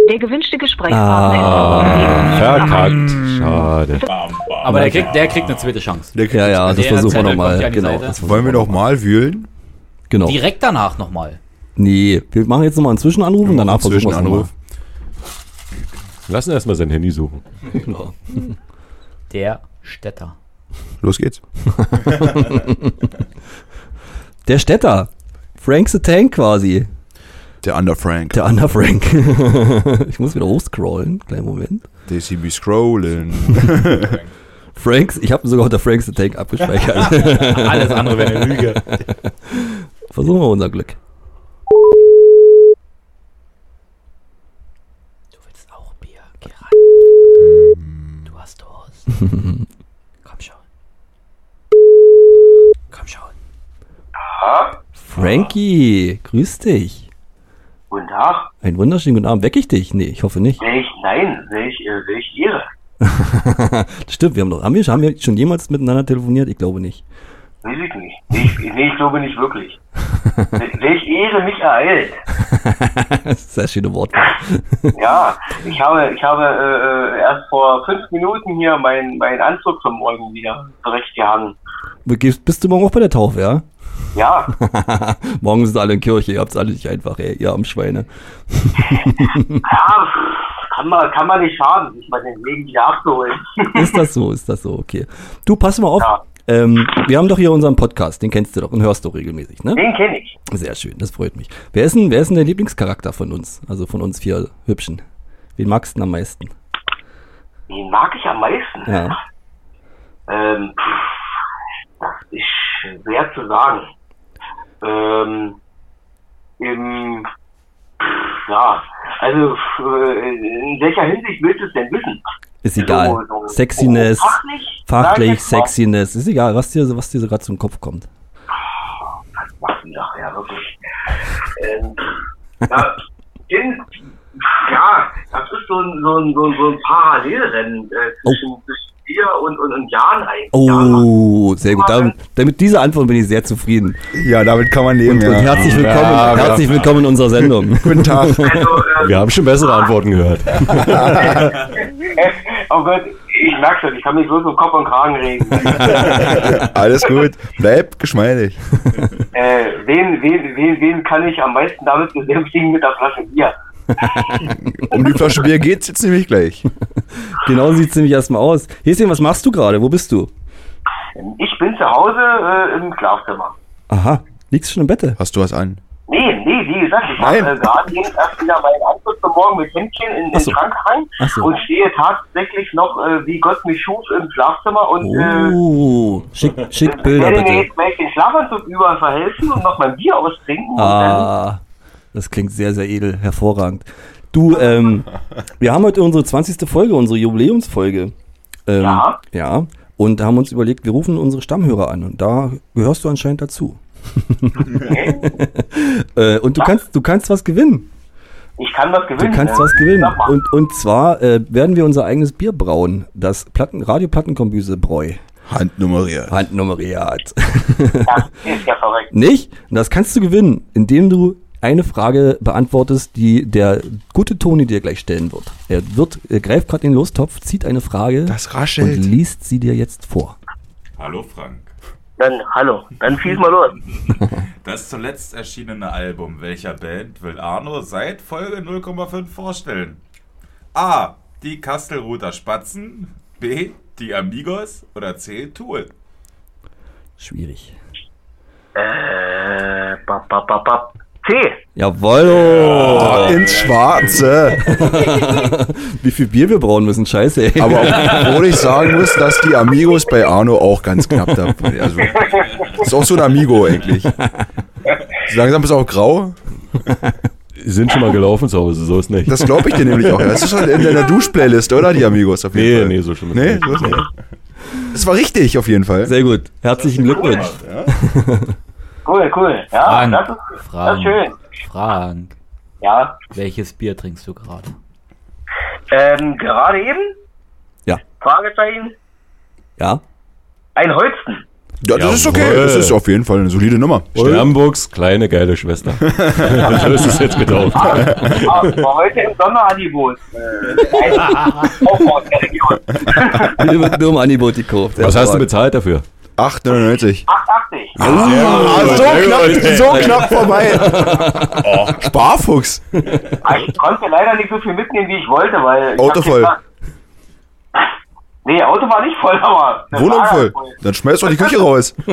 Der gewünschte Ah, verkackt. Schade. Aber der kriegt, der kriegt eine zweite Chance. Der kriegt- ja, ja, Also das der versuchen wir Zettel kommt hier nochmal. an die Genau, Seite. das versuchen Wollen wir noch mal wühlen? Genau. Direkt danach nochmal. Nee, wir machen jetzt nochmal einen Zwischenanruf und danach versuchen wir es nochmal. Zwischenanruf. Lassen erstmal sein Handy suchen. Genau. Der Städter. Los geht's. Der Städter. Frank the Tank quasi. Der Underfrank. Der Underfrank. ich muss wieder hochscrollen. Kleinen Moment. DCB Scrollen. Franks, ich habe sogar unter Franks the Tank abgespeichert. Alles andere wäre eine Lüge. Versuchen wir unser Glück. Du hast Durst. Komm schon. Komm schon. Frankie, grüß dich. Guten Tag. Einen wunderschönen guten Abend. Wecke ich dich? Nee, ich hoffe nicht. Welch, nein, welch, äh, welch Ehre. Stimmt, wir haben, doch, haben, wir, haben wir schon jemals miteinander telefoniert? Ich glaube nicht. Weiß ich nicht. Ich, nee, ich glaube nicht wirklich. Wel- welch Ehre mich ereilt. Sehr schöne Worte. Ja, ich habe, ich habe äh, äh, erst vor fünf Minuten hier meinen meinen Anzug zum Morgen wieder zurechtgehangen. Begibst- Bist du morgen auch bei der Taufe, ja? Ja, morgen sind alle in Kirche, ihr habt's alle nicht einfach, ey, ihr armen Schweine. ja, pff, kann man, kann man nicht schaden, sich mal den Leben wieder abzuholen. ist das so, ist das so, okay. Du, pass mal auf. Ähm, wir haben doch hier unseren Podcast, den kennst du doch und hörst du regelmäßig, ne? Den kenne ich. Sehr schön, das freut mich. Wer ist denn, wer ist denn der Lieblingscharakter von uns? Also von uns vier Hübschen. Wen magst du denn am meisten? Den mag ich am meisten. Ja. Ähm, pff, das ist schwer zu sagen. Ähm, im, pff, ja, also äh, in welcher Hinsicht willst du es denn wissen? Ist egal. So, so. Sexiness. Oh, fachlich? Sag Fachlich, jetzt mal. Sexiness. Ist egal, was dir, was dir so gerade zum Kopf kommt. Ach, ja, ja, wirklich. Ähm, ja, in, ja, das ist so ein, so ein, so ein, so ein Parallelrennen äh, zwischen, zwischen dir und, und, und Jan eigentlich. Oh, sehr gut. Damit, damit diese Antwort bin ich sehr zufrieden. Ja, damit kann man leben. Und, und ja. herzlich willkommen, Ja, herzlich ja. willkommen in unserer Sendung. Guten Also, Tag. ähm, Wir haben schon bessere Antworten gehört. oh Gott, ich merke schon, ich kann mich bloß um Kopf und Kragen reden. Alles gut. Bleib geschmeidig. äh, wen, wen, wen, wen kann ich am meisten damit besänftigen mit der Flasche Bier? Um die Flasche Bier geht's jetzt nämlich gleich. Genau sieht es nämlich erstmal aus. Häschen, was machst du gerade? Wo bist du? Ich bin zu Hause äh, im Schlafzimmer. Aha, liegst schon im Bette. Hast du was an? Nee, nee, wie gesagt, ich habe äh, gerade eben erst wieder meinen Anzug zum Morgen mit Händchen in den Schrank rein Ach so. und stehe tatsächlich noch, äh, wie Gott mich schuf, im Schlafzimmer und äh, Oh, schick, schick Bilder werde mir bitte. jetzt gleich den Schlafanzug über verhelfen und noch mein Bier austrinken. Ah, das klingt sehr, sehr edel, hervorragend. Du, ähm, wir haben heute unsere 20. Folge, unsere Jubiläumsfolge. Ähm, ja. Ja, und haben uns überlegt, wir rufen unsere Stammhörer an und da gehörst du anscheinend dazu. äh, und du kannst, du kannst was gewinnen. äh, Ich kann was gewinnen. Du kannst ne? was gewinnen. Und, und zwar äh, werden wir unser eigenes Bier brauen. Das Platten, Radioplattenkombüsebräu. Handnummeriert. Handnummeriert. Ist ja verrückt. Nicht? Und das kannst du gewinnen, indem du eine Frage beantwortest, die der gute Toni dir gleich stellen wird. Er wird, er greift gerade den Lostopf, zieht eine Frage und liest sie dir jetzt vor. Hallo Frank. Dann, hallo, dann schieß mal los. Das zuletzt erschienene Album welcher Band will Arno seit Folge 0,5 vorstellen? A. Die Kastelruther Spatzen. B. Die Amigos. Oder C. Tool. Schwierig. Äh, bap, bap, bap, bap. C. Jawoll! Oh, ins Schwarze. Wie viel Bier wir brauen müssen, scheiße, ey. Aber obwohl ich sagen muss, dass die Amigos bei Arno auch ganz knapp da. Also, ist auch so ein Amigo eigentlich. So langsam ist auch grau. Sind schon mal gelaufen zu Hause, so ist nicht. Das glaube ich dir nämlich auch. Das ist halt in deiner Dusch-Playlist, oder? Die Amigos auf jeden Nee, Fall. nee, so schlimm ist Nee, nicht. so ist nicht. Es war richtig, auf jeden Fall. Sehr gut. Herzlichen Glückwunsch. Cool, cool. Ja, Frank, das ist, das Frank, ist schön. Frank, Ja. welches Bier trinkst du gerade? Ähm, gerade eben? Ja. Fragezeichen? Ja. Ein Holsten. Ja, das ist okay. Jawohl. Das ist auf jeden Fall eine solide Nummer. Sternburgs kleine geile Schwester. so ist es jetzt getauft. Ah, war heute im Sonderangebot. Äh, ein Aufbau der Region. Hier wird nur um Angebot gekauft. Was hast du bezahlt dafür? 8,99. 880. Ah, so knapp, so knapp vorbei. Oh, Sparfuchs. Ah, Ich konnte leider nicht so viel mitnehmen, wie ich wollte, weil. ich Auto hab voll. gesagt- Nee, Auto war nicht voll, aber. das Wohnung Lager voll. Dann schmeiß doch die Küche raus. Oh,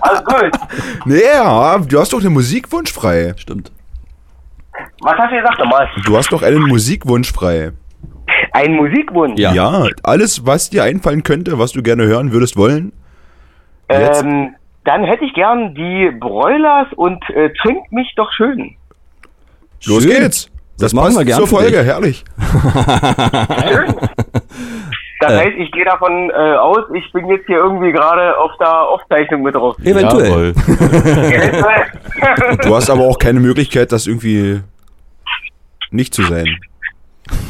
Alles gut. Nee, ja, du hast doch einen Musikwunsch frei. Stimmt. Was hast du gesagt nochmal? Du hast doch einen Musikwunsch frei. Ein Musikwunsch? Ja. alles, was dir einfallen könnte, was du gerne hören würdest wollen. Jetzt. Ähm, dann hätte ich gern die Broilers und äh, trink mich doch schön. Los Schön. geht's. Das, machen passt wir gern zur für Folge, dich. herrlich. Das Äh. heißt, ich gehe davon äh, aus, ich bin jetzt hier irgendwie gerade auf der Aufzeichnung mit drauf. Eventuell. Du hast aber auch keine Möglichkeit, das irgendwie nicht zu sein.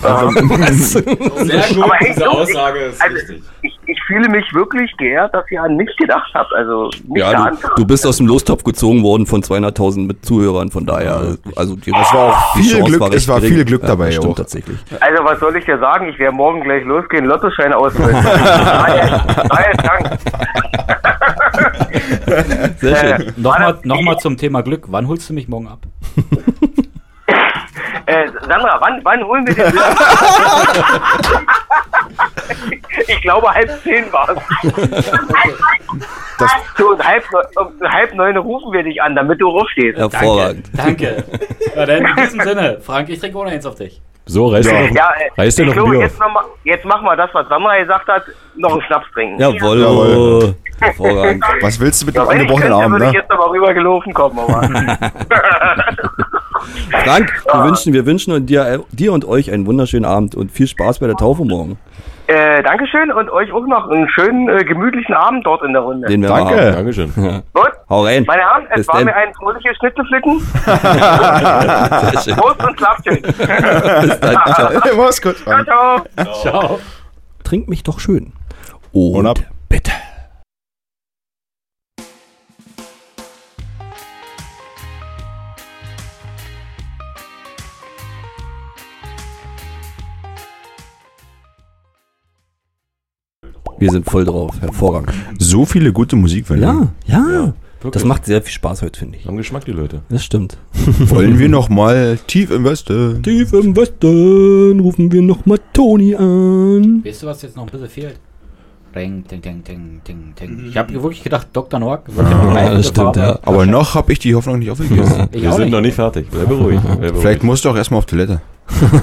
Ähm. Sehr gut, ey, diese so, Aussage ist also, richtig. Ich, ich fühle mich wirklich geehrt, dass ihr an mich gedacht habt. Also nicht Ja, an du, du bist aus dem Lostopf gezogen worden von 200.000 mit Zuhörern, von daher, also die, Es war auch die viel Chance Glück- recht es war gering. viel Glück ja, dabei das Stimmt auch. tatsächlich. Also was soll ich dir sagen? Ich werde morgen gleich losgehen, Lottoschein ausfüllen. Daher Dank. Sehr schön. Nochmal nochmal zum Thema Glück. Wann holst du mich morgen ab? Äh, Sandra, wann, wann holen wir den Ich glaube, halb zehn war es. So, um halb, neun, um halb neun rufen wir dich an, damit du rumstehst. Hervorragend. Danke. Ja, dann in diesem Sinne, Frank, ich trinke ohne eins auf dich. So, reißt Ja, er noch, äh, reißt er noch ich ein glaube, Bier jetzt, auf. noch mal, jetzt machen wir das, was Sandra gesagt hat, noch einen Schnaps trinken. Jawohl. Jawohl. Hervorragend. Was willst du mit Ja, dem wenn ich angebrochenen könnte, Arm, würde ich ne? jetzt aber rübergelaufen kommen. Aber. Frank, Ah. wir wünschen, wir wünschen dir, äh, dir und euch einen wunderschönen Abend und viel Spaß bei der Taufe morgen. äh, Dankeschön und euch auch noch einen schönen, äh, gemütlichen Abend dort in der Runde. Den wir Danke. haben. Dankeschön. Gut, Hau rein. meine Herren, es Bis war denn. mir ein fröhliches Schnitteflicken. Sehr schön. Prost und schlaft schön. Bis dann. Ciao. Mach's gut, Frank. ciao, ciao. Ciao. Trink mich doch schön. Und ab. bitte. Wir sind voll drauf, hervorragend. So viele gute Musikwünsche. Ja, ja. wirklich. Das macht sehr viel Spaß heute, finde ich. Haben Geschmack, die Leute. Das stimmt. Wollen wir nochmal tief im Westen? Tief im Westen rufen wir nochmal Toni an. Weißt du, was jetzt noch ein bisschen fehlt? Ding, ding, ding, ding, ding, Mhm. ding. Ich habe wirklich gedacht, Dr. Noack. wird Ah, ja Ja, bleiben, das stimmt, aber ja. Aber noch habe ich die Hoffnung nicht aufgegeben. Ich Wir auch sind nicht. noch nicht fertig. Bleib ruhig. Bleib Vielleicht ruhig. musst du auch erstmal auf Toilette. Tschüss,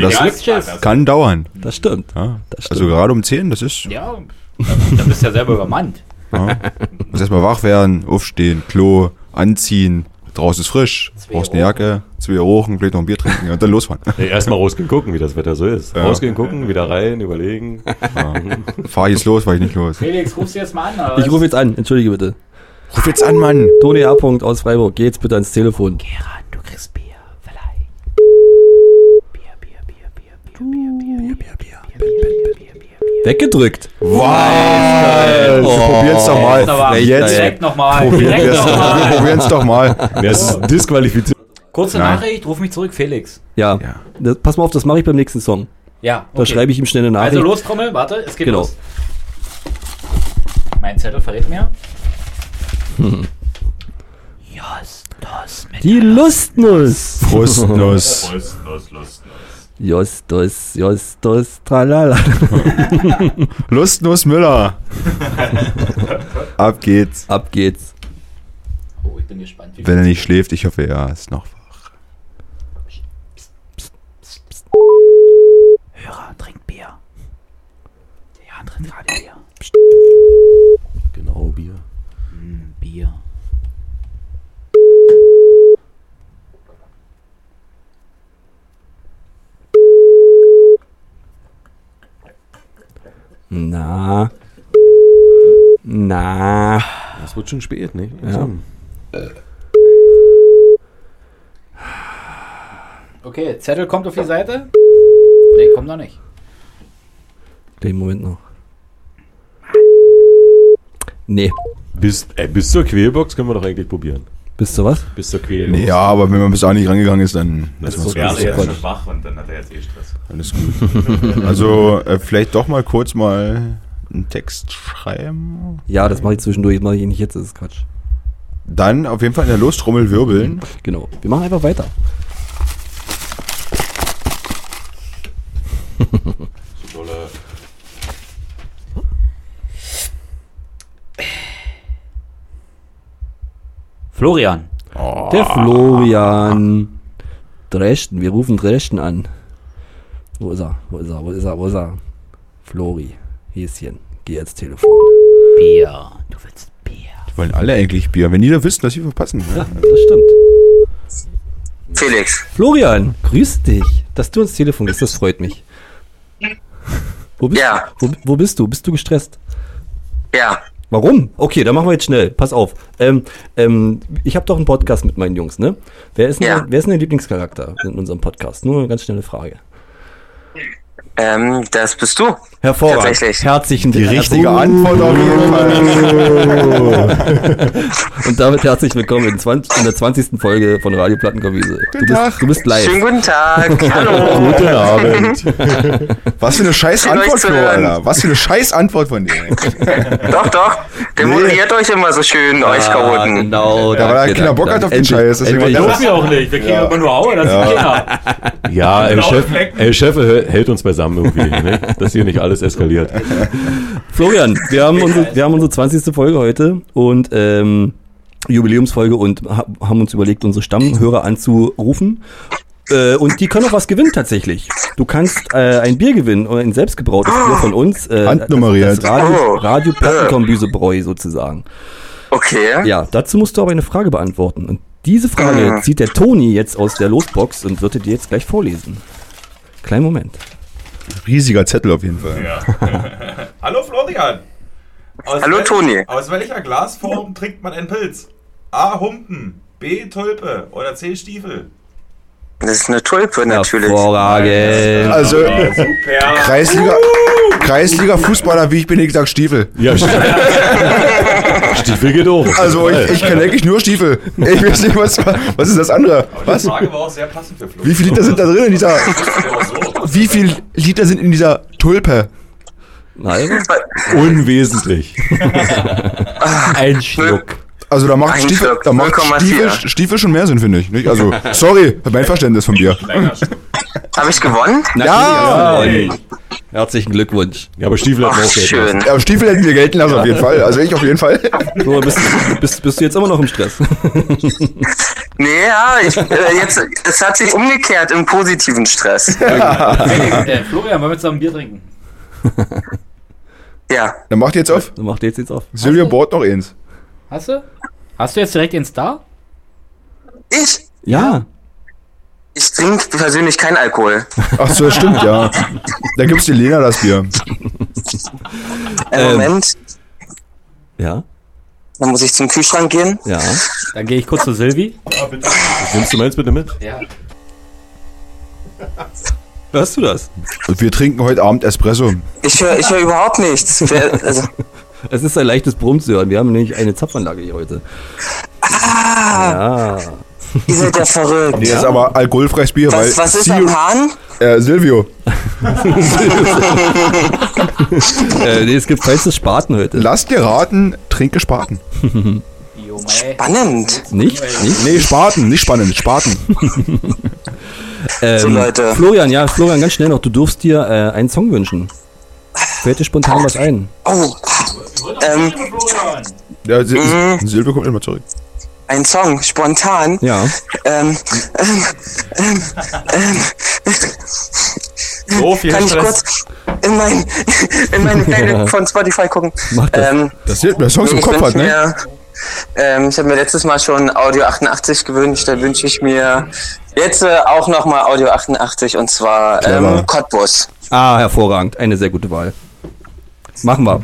Das tschüss. kann dauern. Das stimmt. Ja. Das stimmt. Also gerade um 10, das ist. Ja, da bist du ja selber übermannt. Ja. Muss erstmal wach werden, aufstehen, Klo, anziehen. Draußen ist frisch, brauchst eine Jacke, zwei Rochen, vielleicht noch ein Bier trinken und dann losfahren. Nee, Erstmal rausgehen gucken, wie das Wetter so ist. Ja. Rausgehen gucken, wieder rein, überlegen. Fahr ich jetzt los, fahr ich nicht los. Felix, ruf sie jetzt mal an. aber Ich rufe jetzt an, entschuldige bitte. Ruf jetzt an, Mann! Toni A. Punkt aus Freiburg, geh jetzt bitte ans Telefon. Gerard, du kriegst Bier, vielleicht. Bier, Bier, Bier, Bier, Bier, Bier, Bier, Bier, Bier, Bier, Bier, Bier, Bier. Weggedrückt. Wow! Oh. Probier's doch Jetzt aber mal. Jetzt direkt nochmal. Direkt probier's wir nochmal. probieren's doch mal. Wer ist disqualifiziert? Kurze Nein. Nachricht, ruf mich zurück, Felix. Ja. Das, pass mal auf, das mache ich beim nächsten Song. Ja, Da schreibe ich ihm schnell eine Nachricht. Also los, Trommel, warte, es geht Genau. los. Mein Zettel verrät mir. Jost, Jost, mit Die Lustnuss. Frustnuss. Los, los, Justus, Justus, tralala. Lustnuss Müller. Ab geht's. Ab geht's. Oh, ich bin gespannt. Wie Wenn er nicht schläft, ich hoffe, er ist noch wach. Hörer, trink Bier. Der Jan trinkt gerade Bier. Genau, Bier. Hm, Bier. Na. Na. Es wird schon spät, ne? Ja. Okay, Zettel kommt auf die Seite. Nee, kommt noch nicht. Den Moment noch. Nee. Bis, äh, bis zur Quälbox können wir doch eigentlich probieren. Bis zur was? Bis zur Quälbox. Ja, aber wenn man bis dahin nicht rangegangen ist, dann Das man's ist ja, gut. er ist schon wach und dann hat er jetzt eh Stress. Alles gut. also äh, vielleicht doch mal kurz mal einen Text schreiben. Ja, das mache ich zwischendurch. Das mache ich nicht jetzt, das ist Quatsch. Dann auf jeden Fall in der Lostrommel wirbeln. Genau. Wir machen einfach weiter. Florian. Der Florian. Dresden, wir rufen Dresden an. Wo ist er? Wo ist er? Wo ist er? Wo ist er? Flori, Häschen, geh jetzt Telefon. Bier. Du willst Die wollen alle eigentlich Bier. Wenn die da wissen, dass sie verpassen. Ja, das stimmt. Felix. Florian, grüß dich. Dass du ins Telefon gehst, das freut mich. Wo bist, Ja. wo, wo bist du? Bist du gestresst? Ja. Warum? Okay, dann machen wir jetzt schnell. Pass auf. Ähm, ähm, ich habe doch einen Podcast mit meinen Jungs, ne? Wer ist, denn, Ja. wer ist denn dein Lieblingscharakter in unserem Podcast? Nur eine ganz schnelle Frage. Ähm, das bist du. Hervorragend. Tatsächlich. Herzlichen Die richtige Antwort auf jeden Oh. Fall. Und damit herzlich willkommen in, 20, in der 20. Folge von Radio Plattenkombüse. Guten du bist, Tag. Du bist live. Schönen guten Tag. Hallo. Guten Abend. Was für eine scheiß Schön, euch Antwort, zu Flo, hören. Alter. Was für eine scheiß Antwort von dir. doch, doch. Der moderiert euch immer so schön, euch Chaoten. Ah, Genau, Ja, weil er keiner Bock hat auf den Scheiß. Deswegen endlich. macht er Dürfen wir auch nicht. Wir kriegen Ja. immer nur Aue, das Ja. ist klar. Ja, El Genau. Blaue Chef, Flecken. El Chef hält uns beisammen irgendwie, ne? dass hier nicht alles eskaliert. Florian, wir haben, unsere, wir haben unsere 20. Folge heute und ähm, Jubiläumsfolge und ha haben uns überlegt, unsere Stammhörer anzurufen. Äh, und die können auch was gewinnen tatsächlich. Du kannst äh, ein Bier gewinnen, oder ein selbstgebrautes Bier von uns. Äh, Handnummeriert. Das, das Radio, Oh. Radio Plattenkombüsebräu sozusagen. Okay. Ja, dazu musst du aber eine Frage beantworten. Und diese Frage Ah. zieht der Toni jetzt aus der Losbox und wird dir die jetzt gleich vorlesen. Kleinen Moment. Riesiger Zettel auf jeden Fall. Hallo Florian. Aus Hallo, wel- Toni. Aus welcher Glasform trinkt man einen Pilz? A. Humpen, B. Tulpe oder C. Stiefel? Das ist eine Tulpe natürlich. Hervorragend. Also, Super. Kreisliga, Kreisliga-Fußballer, wie ich bin, ich sag Stiefel. Ja, Stiefel geht hoch. Also, ich, ich kenne eigentlich nur Stiefel. Ich weiß nicht, was, was ist das andere? Was? Die Frage war auch sehr passend für Flo. Wie viele Liter sind da drin in dieser. Wie viele Liter sind in dieser Tulpe? Nein, Unwesentlich. Ein Schluck. Also, da macht, Ein Stiefel, Schluck, da macht 0,4. Stiefel, Stiefel schon mehr Sinn, finde ich. Nicht? Also, sorry, mein Verständnis von dir. Habe ich gewonnen? Ja! Herzlichen Glückwunsch. Ja, aber Stiefel hat Ach, man auch Geld. schön. Ja, aber Stiefel hätten wir gelten lassen, auf jeden Fall. Also, ich auf jeden Fall. So, bist, bist, bist du jetzt immer noch im Stress? Nee, ja, ich, äh, jetzt, es hat sich umgekehrt im positiven Stress. Felix, äh, Florian, wollen wir zusammen Bier trinken? Ja. Dann macht ihr jetzt auf. Dann macht ihr jetzt, jetzt auf. Silvio bohrt noch eins. Hast du? Hast du jetzt direkt den Star? Ich, Ja. ich trinke persönlich keinen Alkohol. Ach so, das stimmt, ja. Dann gibt's die Lena das Bier. Im Ähm. Äh, Moment, Ja. dann muss ich zum Kühlschrank gehen. Ja. Dann gehe ich kurz zu Silvi. Ah, Nimmst du meins bitte mit? Ja. Ich Hörst du das? Und wir trinken heute Abend Espresso. Ich höre ich hör überhaupt nichts. Wer, also, Es ist ein leichtes Brummen zu hören. Wir haben nämlich eine Zapfanlage hier heute. Ah. Ja. ihr seid ja verrückt. Nee, das ist aber alkoholfreies Bier, Was, weil was ist Sil- am Hahn? äh, Silvio, Äh, nee, es gibt falsches Spaten heute. lass dir raten, trinke Spaten. Spannend. Nicht? Nicht? Nee, Spaten, nicht spannend, Spaten. So, Ähm, Leute. Florian, ja, Florian, ganz schnell noch. Du durfst dir äh, einen Song wünschen. Fällt dir spontan was ein? Oh, ähm, Ja, Sil Mhm. Silvio kommt immer zurück. ein Song, spontan. Ja. Ähm, ähm, So viel kann ich Stress. kurz in mein, in mein Playlist von Spotify gucken? Mach das. Ähm, Das hilft mir, dass Songs Nee, im ich Kopf wünsch hat, ne? mir- Ähm, ich habe mir letztes Mal schon Audio 88 gewünscht, dann wünsche ich mir jetzt äh, auch nochmal Audio 88 und zwar Clever. ähm, Cottbus. Ah, hervorragend. Eine sehr gute Wahl. Machen wir.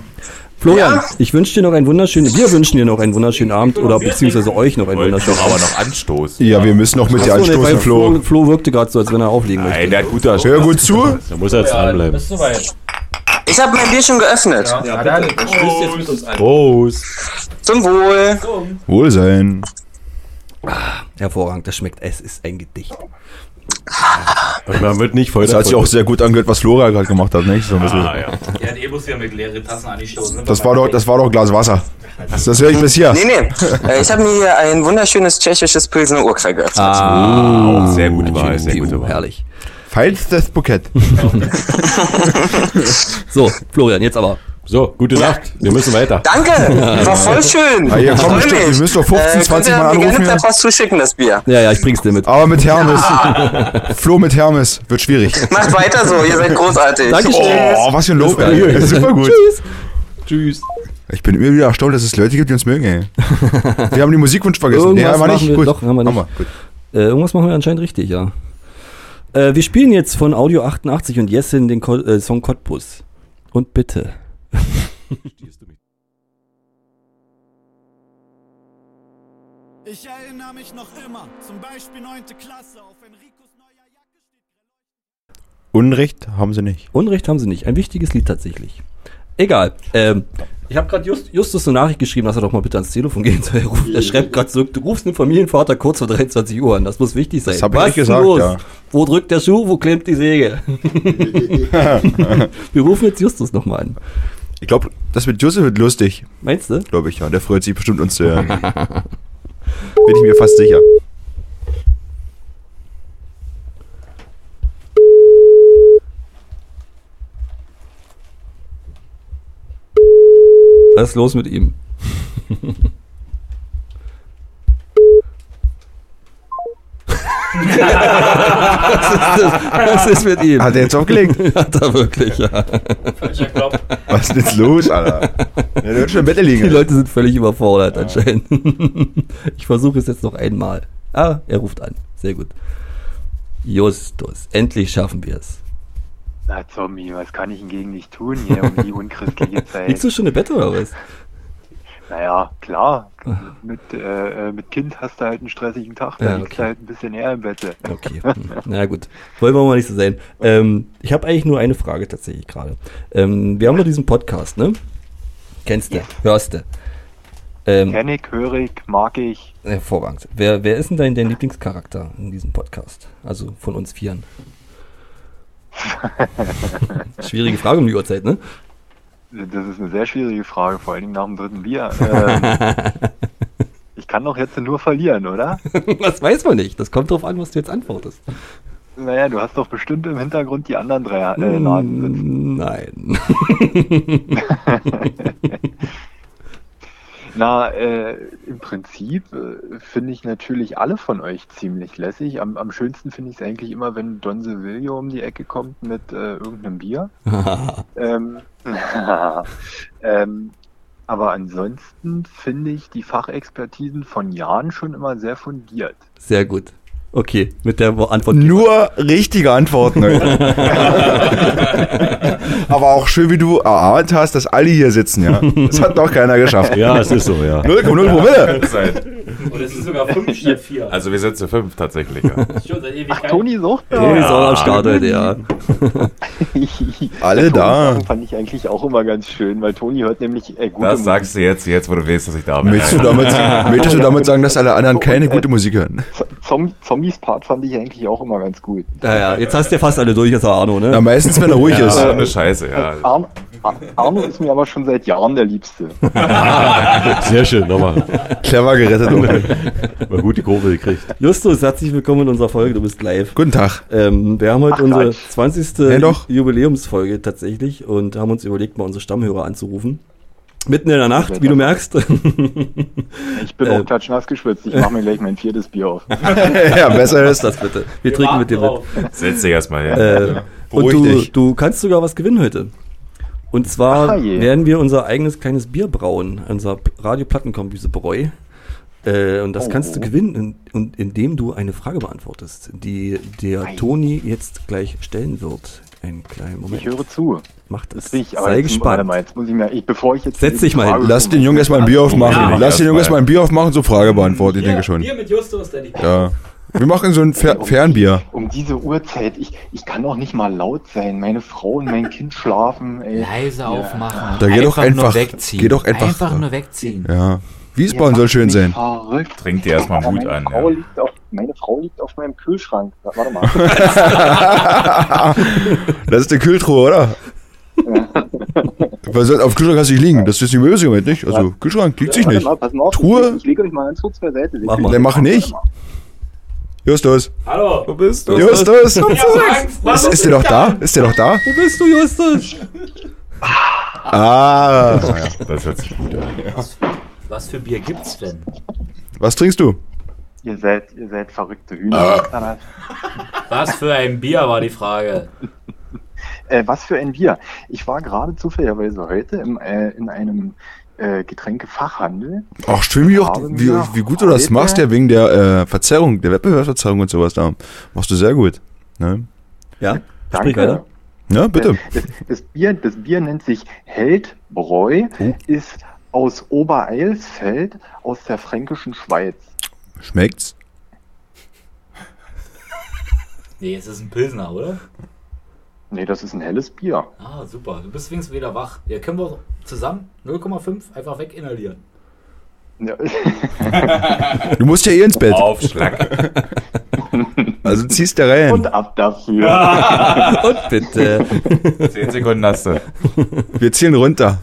Florian, ich wünsche dir noch einen wunderschönen, wir wünschen dir noch einen wunderschönen Abend oder beziehungsweise euch noch einen wunderschönen aber Abend. noch anstoßen. Ja, wir müssen noch mit dir Ach so, nee, anstoßen, weil Flo. Flo. Flo wirkte gerade so, als wenn er auflegen möchte. Nein, der hat gut da. Hör gut zu. Da muss er jetzt dranbleiben. Ich habe mein Bier schon geöffnet. Ja, dann stößt jetzt mit uns an. Prost. Zum Wohl. Wohlsein. Ah, Hervorragend, das schmeckt. Es ist ein Gedicht. Und man wird nicht voll Das hat sich auch sehr gut angehört, was Flora gerade gemacht hat, nicht? So ein Ah, bisschen. Ah, Der hat Ebus ja mit leeren Tassen angestoßen. ne? Das war doch, das war doch ein Glas Wasser. Das höre ich bis hier. Nee, nee. Äh, Ich habe mir hier ein wunderschönes tschechisches Pilsener Urquell geöffnet. Ah, auch sehr gute Wahl, sehr gute Wahl. Herrlich. Feinstes Bukett. So, Florian, jetzt aber. So, gute Nacht. Wir müssen weiter. Danke, war voll schön. Ah, hier, komm, Freu bestimmt, mich. wir müssen doch Äh, 15, 20 könnt ihr Mal mir anrufen gerne hier. per Post zuschicken, das Bier. Ja, ja, ich bring's dir mit. Aber mit Hermes. Flo mit Hermes. Wird schwierig. Macht weiter so, ihr seid großartig. Oh, was für ein Lob, Bis dann. ey. Das ist super gut. Tschüss. Tschüss. Ich bin immer wieder erstaunt, dass es Leute gibt, die uns mögen, ey. Wir haben den Musikwunsch vergessen. Irgendwas Nee, war machen nicht. wir- Gut. doch, haben wir nicht. Äh, irgendwas machen wir anscheinend richtig, ja. Äh, wir spielen jetzt von Audio 88 und Jessin den Ko äh, Song Cottbus. Und bitte. Ich erinnere mich noch immer, zum Beispiel 9. Klasse auf Enricos neuer Jacke. Unrecht haben sie nicht. Unrecht haben sie nicht. Ein wichtiges Lied tatsächlich. Egal. Ähm, ich habe gerade Just, Justus eine Nachricht geschrieben, dass er doch mal bitte ans Telefon gehen soll. Er, ruft, er schreibt gerade zurück, du rufst einen Familienvater kurz vor 23 Uhr an. Das muss wichtig sein. Das hab ich nicht ist gesagt, ja. Wo drückt der Schuh, wo klemmt die Säge? wir rufen jetzt Justus nochmal an. Ich glaube, das mit Josef wird lustig. Meinst du? Glaube ich, ja. Der freut sich bestimmt uns zu hören. Bin ich mir fast sicher. Was ist los mit ihm? Was ist, das? Was ist mit ihm? Hat er jetzt aufgelegt? Hat er wirklich, ja. Was ist denn jetzt los, Alter? Ja, der wird schon im Bett liegen. Die Leute sind völlig überfordert anscheinend. Ich versuche es jetzt noch einmal. Ah, er ruft an. Sehr gut. Justus, endlich schaffen wir es. Na, Zombie, was kann ich denn gegen dich tun hier um die unchristliche Zeit? Liegst du schon im Bett oder was? Naja, klar. Mit, äh, äh, mit Kind hast du halt einen stressigen Tag, da Ja, liegst du halt ein bisschen eher im Bett. Okay. Na gut, wollen wir mal nicht so sein. Ähm, ich habe eigentlich nur eine Frage tatsächlich gerade. Ähm, wir haben ja diesen Podcast, ne? Kennst du, hörst du. Ähm, Kenn ich, höre ich, mag ich. Hervorragend. Äh, Wer, wer ist denn dein, dein Lieblingscharakter in diesem Podcast? Also von uns Vieren. Schwierige Frage um die Uhrzeit, ne? Das ist eine sehr schwierige Frage, vor allen Dingen nach dem dritten Bier. Ähm, ich kann doch jetzt nur verlieren, oder? Das weiß man nicht. Das kommt drauf an, was du jetzt antwortest. Naja, du hast doch bestimmt im Hintergrund die anderen drei äh, Nasen. Mm, Nein. Na, äh, im Prinzip äh, finde ich natürlich alle von euch ziemlich lässig. Am, am schönsten finde ich es eigentlich immer, wenn Don Silvio um die Ecke kommt mit äh, irgendeinem Bier. ähm, ähm, aber ansonsten finde ich die Fachexpertisen von Jan schon immer sehr fundiert. Sehr gut. Okay, mit der Antwort. Nur richtige Antworten. Leute. Aber auch schön, wie du erahnt hast, dass alle hier sitzen, ja. Das hat noch keiner geschafft. Ja, es ist so, ja. 0,0 Promille. Und es ist sogar 5 statt 4. Also wir sind zu fünf tatsächlich. Ja. Schon seit Ach, Toni sucht Toni Sauer am Start heute, ja. Alle da. Fand ich eigentlich auch immer ganz schön, weil Toni hört nämlich äh, gute Das sagst du jetzt, jetzt wo du weißt, dass ich da bin. Möchtest du damit, möchtest du damit sagen, dass alle anderen keine gute Musik hören? Zom Zombies Part fand ich eigentlich auch immer ganz gut. Naja, jetzt hast du ja fast alle durch, das war Arno, ne? Na, meistens, wenn er ruhig ja, ist. So eine Scheiße, ja. Arno, Ar- Arno ist mir aber schon seit Jahren der Liebste. Sehr schön, nochmal. Clever gerettet. Mal gut die Kurve gekriegt. Justus, herzlich willkommen in unserer Folge, du bist live. Guten Tag. Ähm, wir haben heute Ach, unsere Quatsch. 20. Nee, doch. Jubiläumsfolge tatsächlich und haben uns überlegt, mal unsere Stammhörer anzurufen. Mitten in der Nacht, wie du merkst. Äh, Ich Äh. bin auch klatschnass geschwitzt. Ich mache mir gleich mein viertes Bier auf. ja, besser ist das bitte. Wir, trinken mit dir mit. Setz dich erstmal hin. Äh, Ja. und Beruhig du, dich. du kannst sogar was gewinnen heute. Und zwar Ach, Ah, je. werden wir unser eigenes kleines Bier brauen, unser P- Radioplattenkombüse Bräu. Äh, und das Oh. kannst du gewinnen, in, und indem du eine Frage beantwortest, die der Toni jetzt gleich stellen wird. Einen kleinen Moment. Ich höre zu. Macht es. Richtig, aber jetzt, warte mal, jetzt muss ich mir, ich, bevor ich jetzt. Setz dich mal hin. Lass den Jungen erstmal ein Bier aufmachen. Ja. Lass den Jungen erstmal ein Bier aufmachen, so Frage beantworten, ich denke schon. Hier mit Justus, der die Ja. Wir machen so ein Fer Fernbier. Um diese Uhrzeit, ich, ich kann doch nicht mal laut sein. Meine Frau und mein Kind schlafen, ey. Leise aufmachen. Da geh doch einfach. nur wegziehen. Geh doch einfach. Einfach nur wegziehen. Ja. Wiesbaden soll schön sein. Verrückt. Trink dir erstmal Mut meine an. Frau Ja. liegt auf, meine Frau liegt auf meinem Kühlschrank. Warte mal. Das ist eine Kühltruhe, oder? Weil so- auf Kühlschrank kannst du nicht liegen. Das ist die Möse gemeint, nicht? Also, Kühlschrank liegt sich Warte nicht. Mal, pass mal auf, Truhe? Ich, ich lege euch mal ganz kurz zur Seite. Mach mal. Nee, mach nicht. Justus. Hallo, wo bist du? Justus. Komm zurück. Was ist der noch da? Ist der noch da? Wo bist du, Justus? Ah. Oh Das hört sich gut an. Was für Bier gibt's denn? Was trinkst du? Ihr seid, ihr seid verrückte Ah. Hühner. Was für ein Bier war die Frage. Äh, was für ein Bier. Ich war gerade zufälligerweise heute im, äh, in einem äh, Getränkefachhandel. Ach, schön, wie, auch, wie, wie gut du das machst, ja, wegen der äh, Verzerrung, der Wettbewerbsverzerrung und sowas da. Machst du sehr gut. Ne? Ja, Danke. weiter. Ja, bitte. Das, das, Bier, das Bier nennt sich Heldbräu, ist aus Obereilsfeld, aus der fränkischen Schweiz. Schmeckt's? Nee, es ist ein Pilsner, oder? Nee, das ist ein helles Bier. Ah, super. Du bist wenigstens wieder wach. Ja, können wir zusammen 0,5 einfach weginhalieren. Ja. Du musst ja eh ins Bett. Aufschlag. Also ziehst da rein. Und ab dafür. Und bitte. Zehn Sekunden hast du. Wir zielen runter.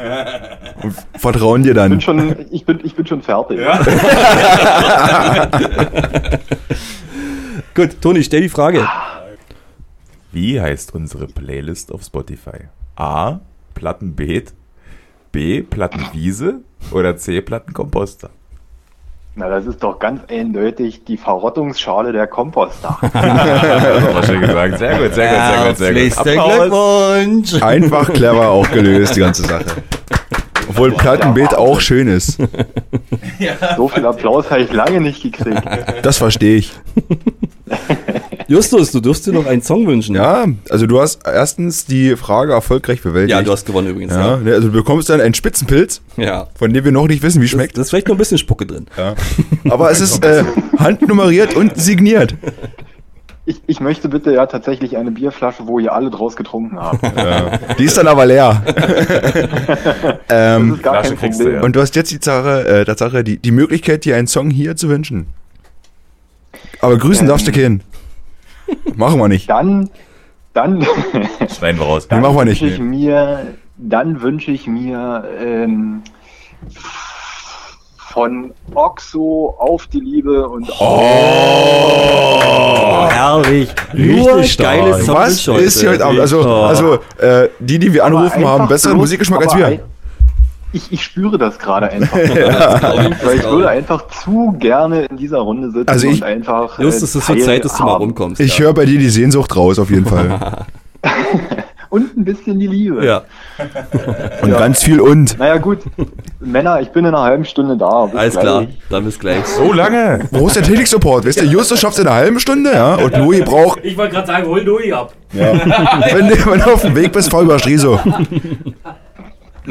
Und vertrauen dir Ich bin dann. schon, ich bin, ich bin schon fertig. Gut, Toni, stell die Frage. Ah. Wie heißt unsere Playlist auf Spotify? A. Plattenbeet. B. Plattenwiese. Oder C. Plattenkomposter. Na, das ist doch ganz eindeutig die Verrottungsschale der Komposter. War schön gesagt. Sehr gut, sehr gut, sehr gut, sehr gut. Glückwunsch. Einfach clever auch gelöst, die ganze Sache. Obwohl Plattenbild auch schön ist. So viel Applaus habe ich lange nicht gekriegt. Das verstehe ich. Justus, du darfst dir noch einen Song wünschen. Ja, also du hast erstens die Frage erfolgreich bewältigt. Ja, du hast gewonnen übrigens. Ja, ne? ne, also du bekommst dann einen Spitzenpilz, Ja. von dem wir noch nicht wissen, wie schmeckt. Da ist vielleicht noch ein bisschen Spucke drin. Ja. Aber es ist äh, handnummeriert und signiert. Ich, ich möchte bitte ja tatsächlich eine Bierflasche, wo ihr alle draus getrunken habt. Die ist dann aber leer. ähm, Das ist gar Flasche kein kriegst du, Problem. ja. Und du hast jetzt die Sache, äh, Tatsache, die, die Möglichkeit, dir einen Song hier zu wünschen. Aber grüßen Ähm. darfst du keinen. Machen wir nicht. Dann, dann, Schneiden wir raus. Nee, machen wir nicht. wünsche ich mir, dann wünsche ich mir ähm, von Oxo auf die Liebe und Oh. Herrlich. Nur geile Songs Was ist hier heute Abend? Also, Oh. also äh, die, die wir Aber anrufen, haben einfach besseren bloß- Musikgeschmack als aber wir. ein- Ich, ich spüre das gerade einfach. glaub ich, das Weil ich glaub würde ich. einfach zu gerne in dieser Runde sitzen Also ich- und einfach. äh, Justus, es wird Teil Zeit, dass du mal haben. rumkommst. Ich ja. höre bei dir die Sehnsucht raus, auf jeden Fall. Und ein bisschen die Liebe. Ja. Und ganz viel und. Naja, gut. Männer, ich bin in einer halben Stunde da. Bis Alles gleich. klar, dann bis gleich. So lange. Wo ist der Technik-Support? Weißt du, Justus schafft es in einer halben Stunde, ja? Und Louis braucht, Ich wollte gerade sagen, hol Dui ab. wenn du, wenn du auf dem Weg bist, fahr über Striso.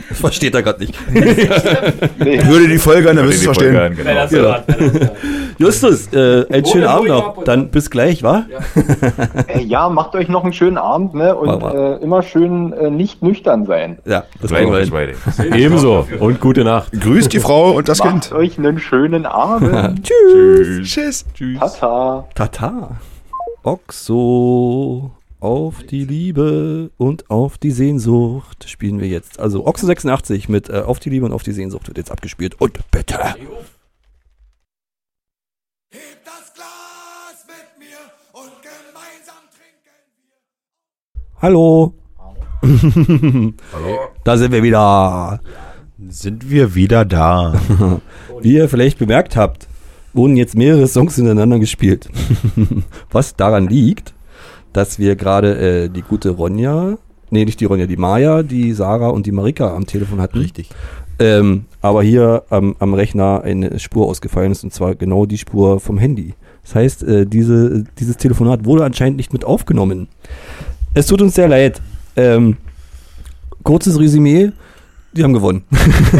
Das versteht er gerade nicht. Würde die Folge an, dann wirst Die du es Folge verstehen. an, Genau. Genau. Justus, äh, einen schönen Abend noch. Dann bis gleich, wa? Ey, ja, macht euch noch einen schönen Abend, ne? Und Mach äh, immer schön äh, nicht nüchtern sein. Ja, das Bleiben kriegen wir wir nicht hin. bei dir. Ebenso. Und gute Nacht. Grüßt die Frau und das Macht Kind. euch einen schönen Abend. Tschüss. Tata. Tata. Oxo. Auf die Liebe und auf die Sehnsucht spielen wir jetzt. Also Oxo 86 mit äh, Auf die Liebe und auf die Sehnsucht wird jetzt abgespielt. Und bitte. Hallo. da sind wir wieder. Sind wir wieder da? Wie ihr vielleicht bemerkt habt, wurden jetzt mehrere Songs hintereinander gespielt. Was daran liegt, dass wir gerade äh, die gute Ronja, nee, nicht die Ronja, die Maya, die Sarah und die Marika am Telefon hatten. Richtig. Ähm, aber hier am, am Rechner eine Spur ausgefallen ist und zwar genau die Spur vom Handy. Das heißt, äh, diese, dieses Telefonat wurde anscheinend nicht mit aufgenommen. Es tut uns sehr leid. Ähm, kurzes Resümee, die haben gewonnen.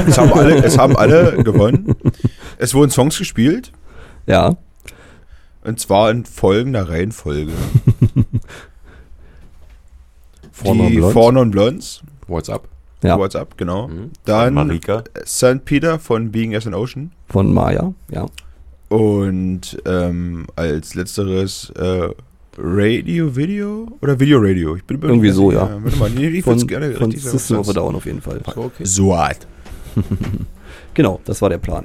Es haben alle, es haben alle gewonnen. Es wurden Songs gespielt. Ja. Und zwar in folgender Reihenfolge. Fornon die Blondes. Fornon Blondes. What's up? Ja. What's up, genau. Mhm. Dann Marika. St. Peter von Being as an Ocean. Von Maya, ja. Und ähm, als letzteres äh, Radio Video oder Video Radio. Ich bin mir Irgendwie nicht so, sicher. ja. Warte mal, nee, ich Von- würd's gerne von richtig sagen, System of a sonst- Down auf jeden Fall. Okay. So alt. Genau, das war der Plan.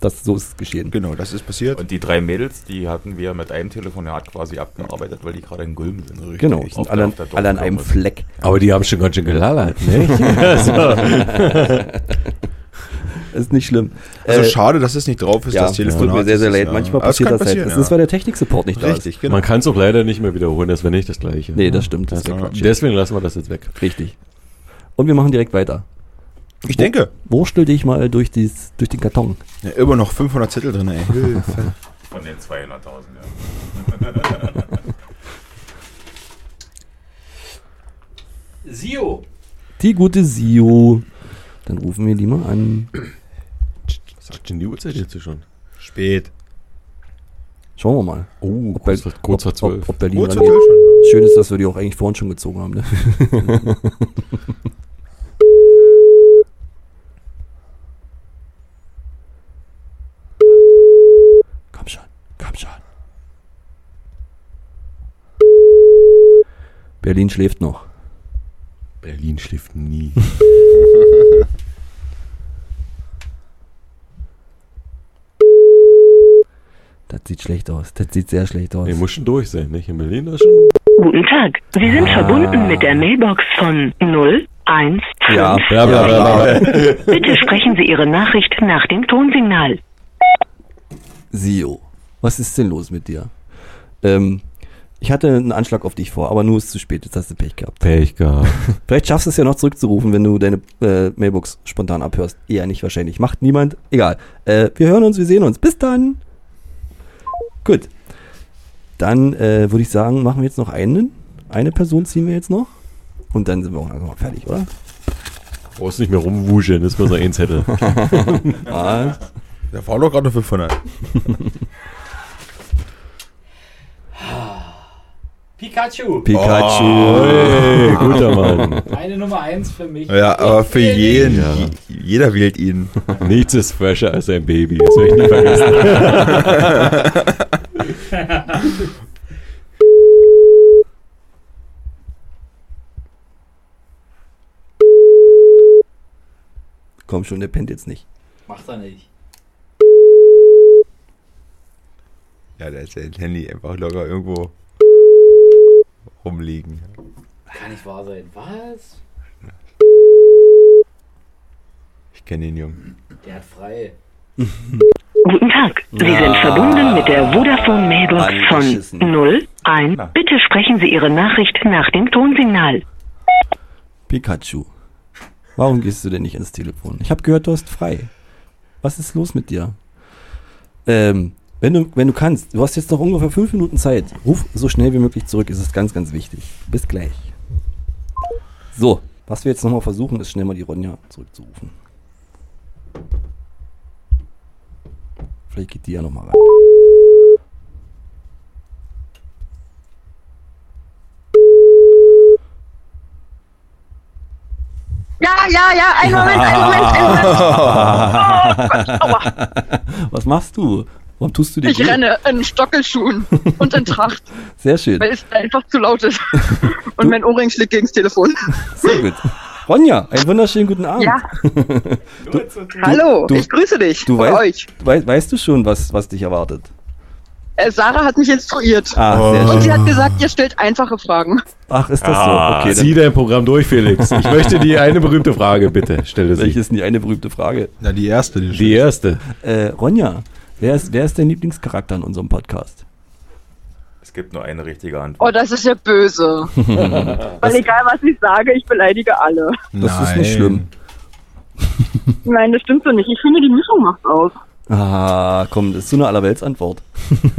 Das, so ist es geschehen. Genau, das ist passiert. Und die drei Mädels, die hatten wir mit einem Telefonat quasi abgearbeitet, weil die gerade in Gulm sind. Genau, sind alle an- alle an einem Fleck. Aber die haben schon ganz schön gelallert, ne? ist nicht schlimm. Äh, Also schade, dass es nicht drauf ist, ja, das Telefonat. Tut mir sehr, sehr leid. Ja. Manchmal Aber es passiert kann das halt. passieren, Das ist, ja. weil der Technik-Support nicht da ist. Richtig, genau. Man kann es auch leider nicht mehr wiederholen, das wäre nicht das Gleiche. Nee, das stimmt, das wäre Quatsch. Deswegen lassen wir das jetzt weg. Richtig. Und wir machen direkt weiter. Ich Oh, denke. Wurstel dich mal durch, dies, durch den Karton. Ja, immer noch 500 Zettel drin, ey. Hilfe. Von den 200.000, ja. Sio. Die gute Sio. Dann rufen wir die mal an. Sagt denn die Uhrzeit jetzt schon? Spät. Schauen wir mal. Oh, ob kurz vor- kurz vor ob, ob, zwölf. ob Berlin Kurz vor rangeht. zwölf schon, ne? Schön ist, dass wir die auch eigentlich vorhin schon gezogen haben. Ne? komm schon, komm schon. Berlin schläft noch. Berlin schläft nie. Das sieht schlecht aus. Das sieht sehr schlecht aus. Nee, muss schon durch sein, nicht? In Berlin ist schon. Guten Tag. Sie sind Ah. verbunden mit der Mailbox von 015. Ja, bla, bla, bla, Bitte sprechen Sie Ihre Nachricht nach dem Tonsignal. Sio, was ist denn los mit dir? Ähm, ich hatte einen Anschlag auf dich vor, aber nur ist zu spät. Jetzt hast du Pech gehabt. Pech gehabt. Vielleicht schaffst du es ja noch zurückzurufen, wenn du deine äh, Mailbox spontan abhörst. Eher nicht wahrscheinlich. Macht niemand. Egal. Äh, wir hören uns, wir sehen uns. Bis dann. Gut. Dann äh, würde ich sagen, machen wir jetzt noch einen. Eine Person ziehen wir jetzt noch. Und dann sind wir auch langsam mal fertig, oder? Brauchst nicht mehr rumwuscheln, das ist nur so ein Zettel. Ah, Da war doch gerade noch 500. Pikachu. Pikachu. Oh. Hey, guter Mann. Oh. Meine Nummer 1 für mich. Ja, aber für Berlin. jeden. j- Jeder wählt ihn. Nichts ist fresher als ein Baby, das werde ich nie vergessen. Komm schon, der pennt jetzt nicht. Macht er nicht. Ja, da ist sein Handy einfach locker irgendwo rumliegen. Kann nicht wahr sein. Was? Ich kenne den Jungen. Der hat frei. Guten Tag. Sie Ah. sind verbunden mit der Vodafone Mailbox angeschissen. von 01. Bitte sprechen Sie Ihre Nachricht nach dem Tonsignal. Pikachu. Warum gehst du denn nicht ins Telefon? Ich habe gehört, du hast frei. Was ist los mit dir? Ähm, wenn du, wenn du kannst, du hast jetzt noch ungefähr fünf Minuten Zeit. Ruf so schnell wie möglich zurück. Es ist ganz, ganz wichtig. Bis gleich. So, was wir jetzt nochmal versuchen, ist schnell mal die Ronja zurückzurufen. Vielleicht geht die ja nochmal rein. Ja, ja, ja, ein Moment, ein Moment, ein Was machst du? Warum tust du dir Ich weh? renne in Stockelschuhen und in Tracht, Sehr schön. weil es einfach zu laut ist. Und mein Ohrring schlägt gegens Telefon. Sehr gut. Ronja, einen wunderschönen guten Abend. Ja. du, Hallo, du- ich grüße dich du und weißt, euch. Weißt, weißt du schon, was, was dich erwartet? Äh, Sarah hat mich instruiert. Ah, sehr schön. Und sie hat gesagt, ihr stellt einfache Fragen. Ach, ist das Ah, so? Okay, zieh dann, dein Programm durch, Felix. Ich möchte dir eine berühmte Frage, bitte. Stelle welche sie. ist denn die eine berühmte Frage? Na, die erste, die, Die erste. Äh, Ronja, wer ist, wer ist dein Lieblingscharakter in unserem Podcast? Es gibt nur eine richtige Antwort. Oh, das ist ja böse. Weil egal, was ich sage, ich beleidige alle. Das ist nicht schlimm. Nein, das stimmt so nicht. Ich finde, die Mischung macht aus. Ah, komm, das ist so eine Allerweltsantwort.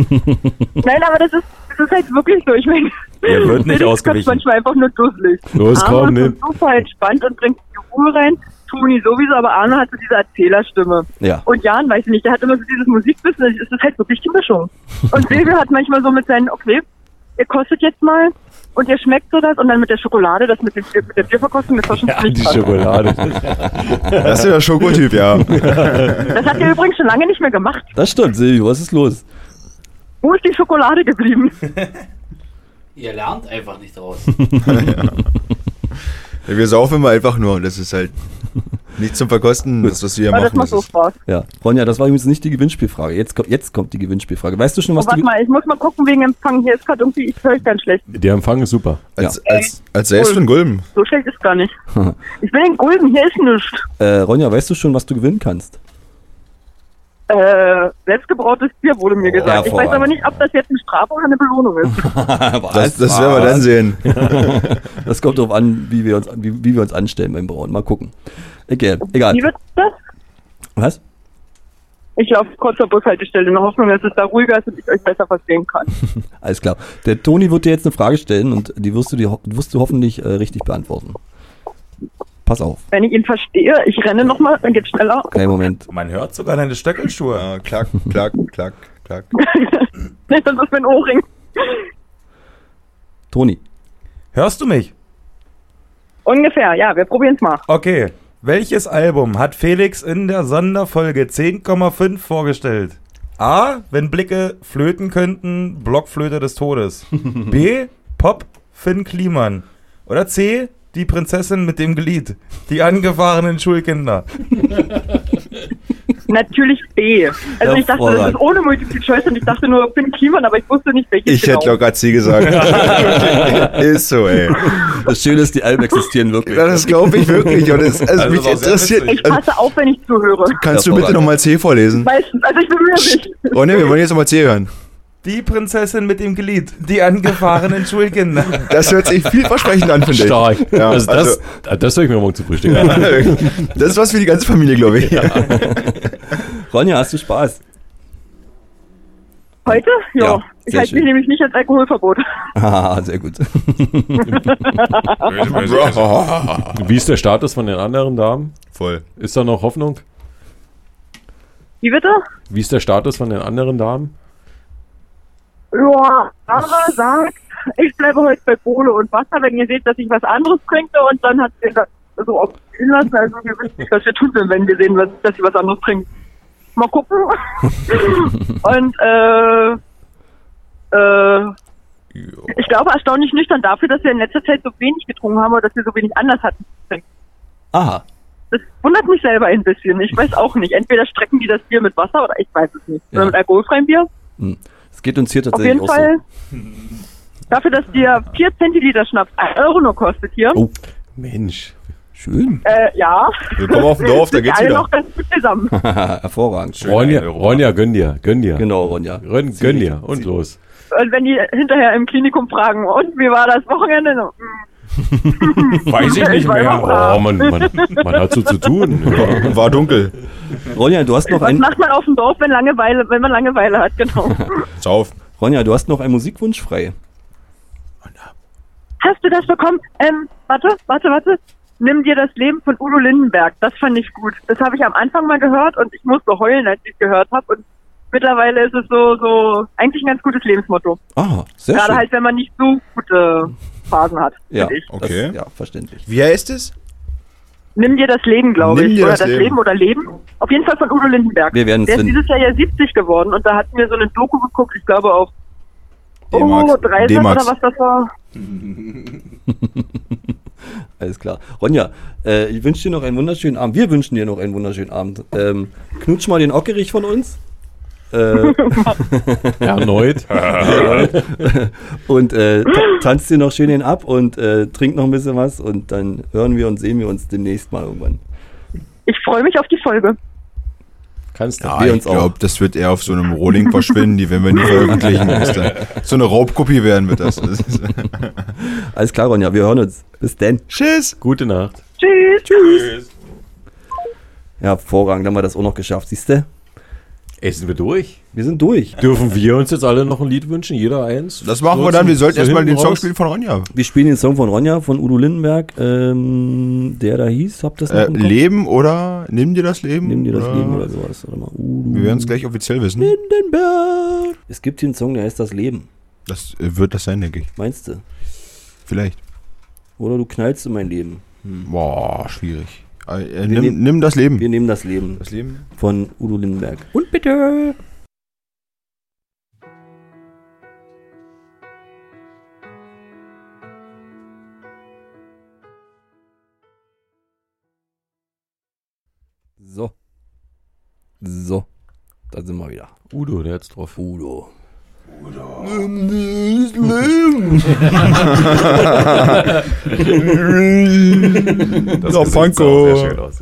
Nein, aber das ist, das ist halt wirklich so. Ich meine, Der wird nicht ausgewichen. manchmal einfach nur dusselig. Los, komm, Arno nimm. ist so super entspannt und bringt die Ruhe rein. Toni sowieso, aber Arno hat so diese Erzählerstimme. Ja. Und Jan, weiß ich nicht, der hat immer so dieses Musikwissen, das ist halt wirklich die Mischung. Und Silvio hat manchmal so mit seinen, okay, ihr kostet jetzt mal und ihr schmeckt so das und dann mit der Schokolade, das mit, dem, mit der Bierverkostung, das war schon ziemlich krass. Das ist ja der Schokotyp, ja. Das hat er übrigens schon lange nicht mehr gemacht. Das stimmt, Silvio, was ist los? Wo ist die Schokolade geblieben? Ihr lernt einfach nicht draus. Wir saufen immer einfach nur und das ist halt nicht zum Verkosten, das, was wir hier Aber das machen. macht so ist- Spaß. Ja, Ronja, das war übrigens nicht die Gewinnspielfrage. Jetzt kommt, jetzt kommt die Gewinnspielfrage. Weißt du schon, Oh, was warte die. mal, ich muss mal gucken wegen Empfang. Hier ist gerade irgendwie, ich höre euch ganz schlecht. Der Empfang ist super. Als, als, als selbst Cool. in Gulm. So schlecht ist gar nicht. Ich bin in Gulden, hier ist nichts. äh, Ronja, weißt du schon, was du gewinnen kannst? Äh, selbstgebrautes Bier wurde Oh, mir gesagt. Ich weiß hervorragend. aber nicht, ob das jetzt eine Strafe oder eine Belohnung ist. das, das werden wir dann sehen. das kommt darauf an, wie wir, uns, wie, wie wir uns anstellen beim Brauen. Mal gucken. Egal. egal. Wie wird das? Was? Ich laufe kurz zur Bushaltestelle in der Hoffnung, dass es da ruhiger ist und ich euch besser verstehen kann. Alles klar. Der Toni wird dir jetzt eine Frage stellen und die wirst du, dir, ho- wirst du hoffentlich äh, richtig beantworten. Pass auf. Wenn ich ihn verstehe, ich renne nochmal, dann geht's schneller. Kleinen Moment. Man hört sogar deine Stöckelschuhe. Ja, klack, klack, klack, klack. Nee, das ist mein Ohrring. Toni. Hörst du mich? Ungefähr, ja, wir probieren's mal. Okay. Welches Album hat Felix in der Sonderfolge 10,5 vorgestellt? A. Wenn Blicke flöten könnten, Blockflöte des Todes. B. Pop, Finn Kliman. Oder C. Die Prinzessin mit dem Glied. Die angefahrenen Schulkinder. Natürlich B. Also ich dachte, das ist Hervorragend. ohne Multiple Choice und ich dachte nur, bin Kliman, aber ich wusste nicht, welches genau. Ich hätte locker C gesagt. ist so, ey. Das Schöne ist, die Alben existieren wirklich. Ja, das glaube ich wirklich. Und es, also Also mich war sehr interessiert. Ich Also, passe auf, wenn ich zuhöre. kannst du bitte nochmal C vorlesen? Meistens, also ich bemühe mich. Ronja, wir wollen jetzt nochmal C hören. Die Prinzessin mit dem Glied. Die angefahrenen Schulkinder. Das hört sich vielversprechend an, finde ich. Stark. Ja, also das, also- das höre ich mir morgen zu Frühstück an. Das ist was für die ganze Familie, glaube ich. Ronja, hast du Spaß? Heute? Ja. Ja, ich sehr halte mich schön. nämlich nicht ans Alkoholverbot. Ah, sehr gut. Wie ist der Status von den anderen Damen? Voll. Ist da noch Hoffnung? Wie bitte? Wie ist der Status von den anderen Damen? Ja, Sarah sagt, ich bleibe heute bei Kohle und Wasser, wenn ihr seht, dass ich was anderes trinke. Und dann hat sie gesagt, so auf lassen. Also wir wissen nicht, was wir tun sollen, wenn wir sehen, was, dass sie was anderes trinkt. Mal gucken. und äh, äh, ich glaube erstaunlich nüchtern dafür, dass wir in letzter Zeit so wenig getrunken haben oder dass wir so wenig anders hatten. zu trinken. Aha. Das wundert mich selber ein bisschen. Ich weiß auch nicht. Entweder strecken die das Bier mit Wasser oder ich weiß es nicht. Ja. Oder mit alkoholfreiem Bier. Hm. Es geht uns hier Auf tatsächlich jeden Fall. Dafür, dass dir 4 Zentiliter Schnaps 1 Euro nur kostet hier. Oh. Mensch. Schön. Äh, ja. Willkommen auf dem Dorf, da Sind geht's alle wieder. noch ganz gut zusammen. Hervorragend. Ronja, Ronja, gönn dir, gönn dir. Genau, Ronja. Gönn, gönn dir und los. Und wenn die hinterher im Klinikum fragen, und wie war das Wochenende? So, mm, Weiß ich nicht mehr. Oh, man, man, man hat so zu tun. War, war dunkel. Ronja, du hast noch Was ein. macht man auf dem Dorf, wenn Langeweile, wenn man Langeweile hat, genau. Sauf. Ronja, du hast noch einen Musikwunsch frei. Hast du das bekommen? Ähm, warte, warte, warte. Nimm dir das Leben von Udo Lindenberg. Das fand ich gut. Das habe ich am Anfang mal gehört und ich musste heulen, als ich es gehört habe. Und mittlerweile ist es so, so eigentlich ein ganz gutes Lebensmotto. Ah, sehr Gerade schön. halt, wenn man nicht so gute Phasen hat. ja, finde ich. okay. Das, ja, verständlich. Wie heißt es? Nimm dir das Leben, glaube Nimm ich. dir Oder das das Leben. Leben oder Leben. Auf jeden Fall von Udo Lindenberg. Wir werden's Der ist finden. dieses Jahr ja 70 geworden und da hatten wir so eine Doku geguckt, ich glaube auf D-Max. oh, 30 oder D-Max. was das war. Alles klar. Ronja, äh, ich wünsche dir noch einen wunderschönen Abend. Wir wünschen dir noch einen wunderschönen Abend. Ähm, knutsch mal den Ockerich von uns. Äh, Erneut. und äh, ta- tanzt dir noch schön den ab und äh, trink noch ein bisschen was und dann hören wir und sehen wir uns demnächst mal irgendwann. Ich freue mich auf die Folge. Kannst Ja, Wir Ah, ich uns auch. glaube, das wird eher auf so einem Rolling verschwinden, die werden wir nie veröffentlichen. Das ist dann- So eine Raubkopie Oh. werden wird das. das ist, Alles klar, Ronja, wir hören uns. Bis dann. Tschüss. Gute Nacht. Tschüss. Ja, hervorragend, haben wir das auch noch geschafft, siehst du? Essen wir durch? Wir sind durch. Dürfen wir uns jetzt alle noch ein Lied wünschen? Jeder eins? Das machen wir dann. Wir sollten erstmal den Song spielen von Ronja. Wir spielen den Song von Ronja, von Udo Lindenberg, ähm, der da hieß. Habt das noch Äh, im Kopf? Leben oder nimm dir das Leben? Nimm dir das Leben oder sowas. Oder mal Udo. Wir werden es gleich offiziell wissen. Lindenberg. Es gibt hier einen Song, der heißt Das Leben. Das äh, wird das sein, denke ich. Meinst du? Vielleicht. Oder du knallst in mein Leben. Hm. Boah, schwierig. Äh, äh, Wir nimm, nehmen- nimm das Leben. Wir nehmen das Leben. Das Leben? Von Udo Lindenberg. Und bitte. So. So. Da sind wir wieder. Udo, der hat's drauf. Udo. Das Ja, Gesicht sah Panko. auch sehr schön aus.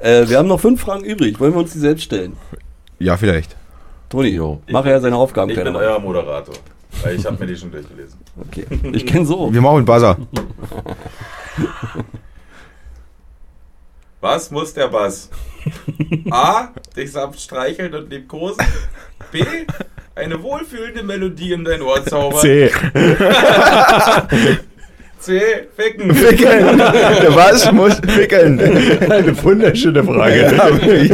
äh, wir haben noch fünf Fragen übrig. Wollen wir uns die selbst stellen? Ja, vielleicht. Toni, mach er seine Aufgaben. Ich bin kleiner euer Mann. Moderator. Weil ich habe mir die schon durchgelesen. Okay. Ich kenn's so. Wir machen einen Buzzer. Was muss der Bass? A. Dich sanft streicheln und liebkosen. B. Eine wohlfühlende Melodie in dein Ohr zaubern. C. C. Ficken. Wickeln. Der Was muss wickeln? Eine wunderschöne Frage. Ja, wirklich.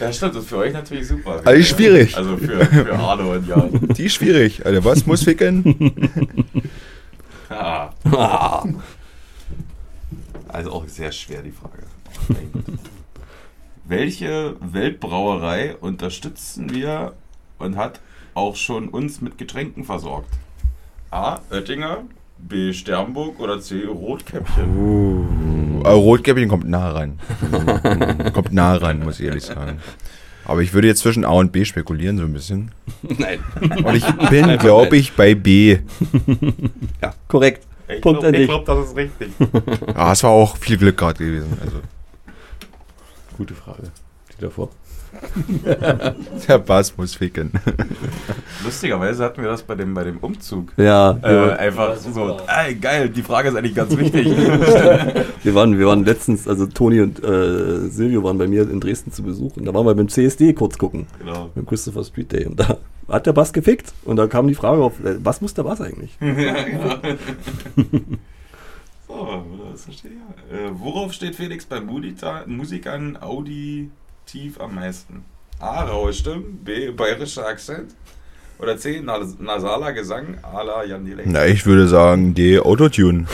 Ja, stimmt, das ist für euch natürlich super. Also schwierig. Also für, für Arno und Jan. Die ist schwierig. Alter, was muss wickeln? Ah. Also auch sehr schwer die Frage. Mein Gott. Welche Weltbrauerei unterstützen wir und hat auch schon uns mit Getränken versorgt? A. Oettinger, B. Sternburg oder C. Rotkäppchen? Uh. Aber Rotkäppchen kommt nah ran. kommt nah ran, muss ich ehrlich sagen. Aber ich würde jetzt zwischen A und B spekulieren, so ein bisschen. Nein. Und ich bin, glaube ich, bei B. Ja, korrekt. Ich Punkt glaub- an ich dich. glaub, das ist richtig. Ah, es war auch viel Glück gerade gewesen. Also, Gute Frage. Die davor. der Bass muss ficken. Lustigerweise hatten wir das bei dem, bei dem Umzug. Ja. Äh, Ja. Einfach so. Ey, geil, die Frage ist eigentlich ganz wichtig. wir, waren, wir waren letztens, also Toni und äh, Silvio waren bei mir in Dresden zu Besuch und da waren wir beim CSD kurz gucken. Genau. Beim Christopher Street Day. Und da hat der Bass gefickt und da kam die Frage auf, äh, was muss der Bass eigentlich? Ja, genau. so, das verstehe ich. ja. Äh, worauf steht Felix bei Mudita Musikern auditiv am meisten? A. Raue Stimmen, B. Bayerischer Akzent oder C. Nas nasaler Gesang à la Jan Delay. Na, ich würde sagen, D, Autotune.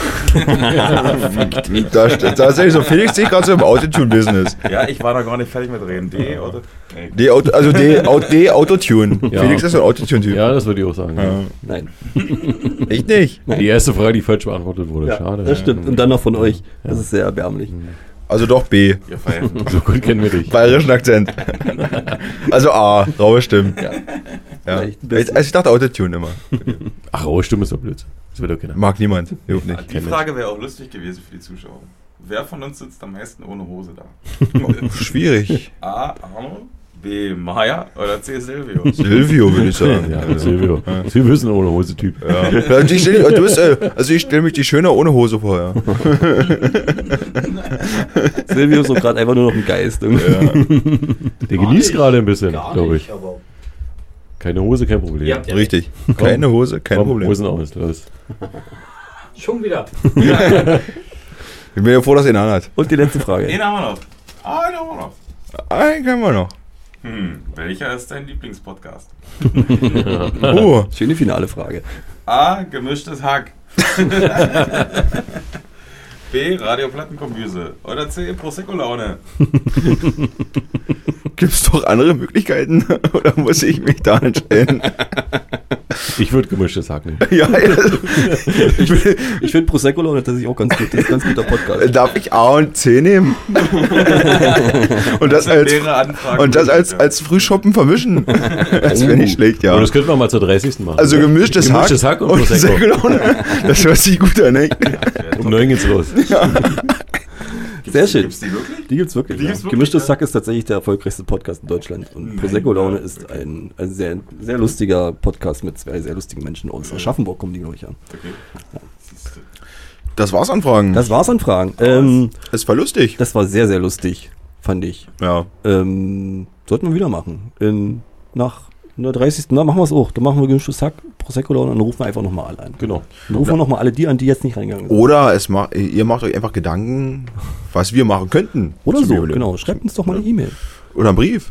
da, steht- da ist ehrlich so, Felix sehe ich gerade so im Autotune-Business. Ja, ich war noch gar nicht fertig mit reden. D. Oder? Nee. D, Auto, also D, Au- D Autotune. Ja. Felix ist so ein Autotune-Typ. Ja, das würde ich auch sagen. Ja. Nein. Ich nicht. Die erste Frage, die falsch beantwortet wurde. Ja, Schade. Mhm. das stimmt. Und dann noch von euch. Das ist sehr erbärmlich. Also doch B. Ihr Pfeifen. So gut kennen wir dich. Bayerischen Akzent. Also A, raue Stimmen. Ja. Vielleicht ein bisschen. Ich, also ich dachte Autotune immer. Ach, raue Stimme ist doch blöd. Das wird doch keiner. Mag niemand. Jo, nicht. Die Frage wäre auch lustig gewesen für die Zuschauer. Wer von uns sitzt am meisten ohne Hose da? Schwierig. A. Arno, B. Maya oder C. Silvio? Silvio, würde ich sagen. Ja, Silvio. Silvio ist ein ohne Hose-Typ. Ja. Ja, und ich stell, du bist, äh, also ich stelle mich die schöner ohne Hose vor, ja. Silvio ist so gerade einfach nur noch ein Geist. Der genießt gerade ein bisschen, Gar glaube nicht, ich. aber Keine Hose, kein Problem. Ihr habt ja Richtig. Komm, Keine Hose, kein komm, Problem. Hosen aus, los. schon wieder. Ich bin ja froh, dass ihr ihn anhat. Und die letzte Frage. Den haben wir noch. Ah, den haben wir noch. Einen können wir noch. Hm, welcher ist dein Lieblingspodcast? genau. Oh. Schöne finale Frage. A. Gemischtes Hack. B. Radio Plattenkombüse. Oder C. Prosecco Laune. Gibt es doch andere Möglichkeiten? Oder muss ich mich da entscheiden? Ich würde gemischtes Hack nehmen. ja, also, Ich, ich finde Prosecco Laune tatsächlich auch ganz gut. Das ist ein ganz guter Podcast. darf ich A und C nehmen? und das, sind als, mehrere Anfragen. und das als, als Frühschoppen vermischen. das wäre Oh. nicht schlecht, Und ja. Oh. das könnten wir mal zur 30. machen. Also gemischtes, Gemischtes Hack und Prosecco. Laune. Das hört sich gut an, echt. Um 9 geht's los. Sehr schön. Gibt's die wirklich? Die gibt's wirklich. Die ja. gibt's wirklich, Gemischtes ja. Sack ist tatsächlich der erfolgreichste Podcast in Deutschland. Und Prosecco Laune ist ein, ein sehr, sehr lustiger Podcast mit zwei sehr lustigen Menschen aus Aschaffenburg, kommen die, glaube ich, an. Das war's an Fragen. Das war's an Fragen. Ähm, Es war lustig. das war sehr, sehr lustig. fand ich. Ja. Ähm, sollten wir wieder machen. In, nach der 30. Na, machen wir es auch. Dann machen wir einen Schuss Sack, Prosecco und dann rufen wir einfach nochmal alle an. Genau. Dann rufen wir nochmal alle die an, die jetzt nicht reingegangen sind. Oder es macht, ihr macht euch einfach Gedanken, was wir machen könnten. Oder zum so, Jubiläum. genau. Schreibt uns doch mal eine E-Mail. Oder einen Brief.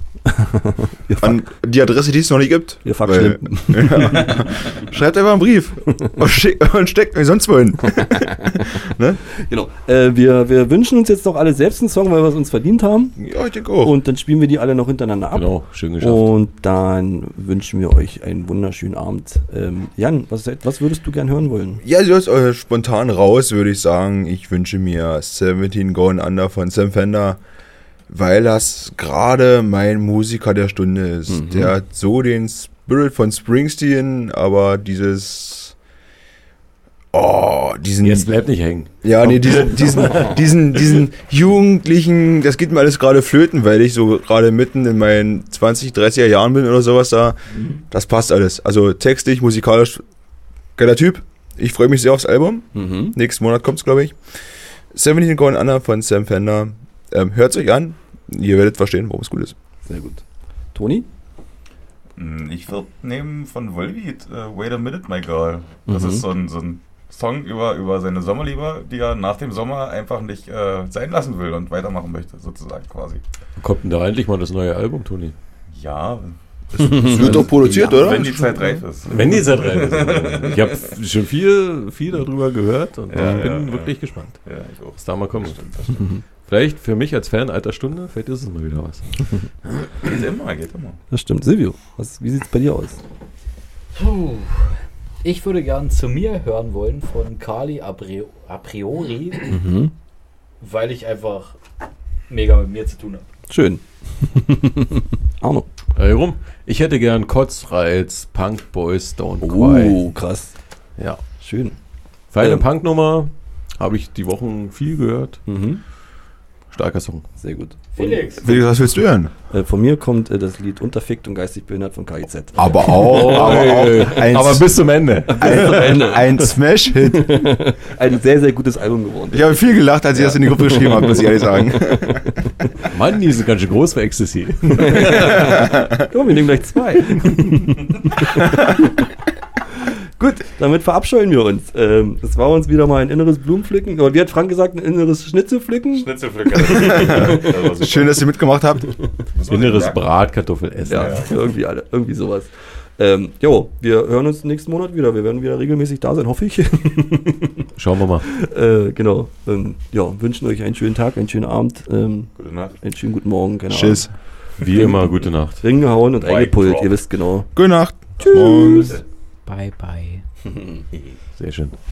An die Adresse, die es noch nicht gibt. Ihr fuck Weil- ja. Schreibt einfach einen Brief und, schick, und steckt euch sonst wohin. ne? Genau. Äh, wir, wir wünschen uns jetzt doch alle selbst einen Song, weil wir es uns verdient haben. Ja, ich denke auch. Und dann spielen wir die alle noch hintereinander ab. Genau, schön geschafft. Und dann wünschen wir euch einen wunderschönen Abend. Ähm, Jan, was, was würdest du gern hören wollen? Ja, so ist äh, spontan raus, würde ich sagen. Ich wünsche mir 17 Gone Under von Sam Fender, weil das gerade mein Musiker der Stunde ist. Der hat so den Spirit von Springsteen, aber dieses. Oh, diesen. Jetzt bleibt nicht hängen. Ja, nee, diesen, diesen, diesen, diesen Jugendlichen, das geht mir alles gerade flöten, weil ich so gerade mitten in meinen 20, 30er Jahren bin oder sowas da. Das passt alles. Also textlich, musikalisch, geiler Typ. Ich freue mich sehr aufs Album. Nächsten Monat kommt's, glaube ich. 17 Gone Anna von Sam Fender. Ähm, hört's euch an. Ihr werdet verstehen, warum es gut ist. Sehr gut. Toni? Hm, Ich würde nehmen von Volbeat, äh, Wait a Minute, My Girl. Das Mhm. ist so ein, so ein Song über, über seine Sommerliebe, die er nach dem Sommer einfach nicht äh, sein lassen will und weitermachen möchte, sozusagen quasi. Kommt denn da endlich mal das neue Album, Toni? Ja. wird doch produziert, ja, oder? Wenn die Zeit reif ist. Wenn die Zeit reif ist. Ich habe schon viel, viel darüber gehört und Ja, ich bin ja, wirklich ja. gespannt, Ja, ich auch. was da mal kommt. das stimmt. Vielleicht für mich als Fan alter Stunde, vielleicht ist es mal wieder was. Geht immer, geht immer. Das stimmt. Silvio, was, wie sieht's bei dir aus? Puh. Ich würde gern zu mir hören wollen von Kali a Brio- a priori, Mhm. weil ich einfach mega mit mir zu tun habe. Schön. Arno. Äh, rum. Ich hätte gern Kotzreiz, Punk Boys Don't Oh, Cry. krass. Ja. Schön. Feine Ähm. Punk-Nummer habe ich die Wochen viel gehört. Mhm. Starker Song. Sehr gut. Felix. Felix, was willst du hören? Äh, von mir kommt äh, das Lied Unterfickt und geistig behindert von KIZ. Aber auch, aber auch ein, Aber bis zum Ende. ein, ein Smash-Hit. Ein sehr, sehr gutes Album geworden. Ich habe viel gelacht, als ich das in die Gruppe geschrieben habe, muss ich ehrlich sagen. Mann, die sind ganz schön groß für Ecstasy. Komm, wir nehmen gleich zwei. Gut, damit verabscheuen wir uns. Ähm, das war uns wieder mal ein inneres Blumenpflücken. Aber wie hat Frank gesagt, ein inneres Schnitzelpflücken? Schnitzelflücker. Das war super. Schön, dass ihr mitgemacht habt. Inneres Bratkartoffelessen. ja, irgendwie alle, irgendwie sowas. Ähm, jo, wir hören uns nächsten Monat wieder. Wir werden wieder regelmäßig da sein, hoffe ich. Schauen wir mal. äh, genau. Ähm, ja, wünschen euch einen schönen Tag, einen schönen Abend, ähm, Gute Nacht. einen schönen guten Morgen. Keine Tschüss. Wie immer, gute Nacht. Ahnung. Ring gehauen und Mic eingepult, drop. ihr wisst genau. Gute Nacht. Tschüss. Bye, bye. Sehr schön.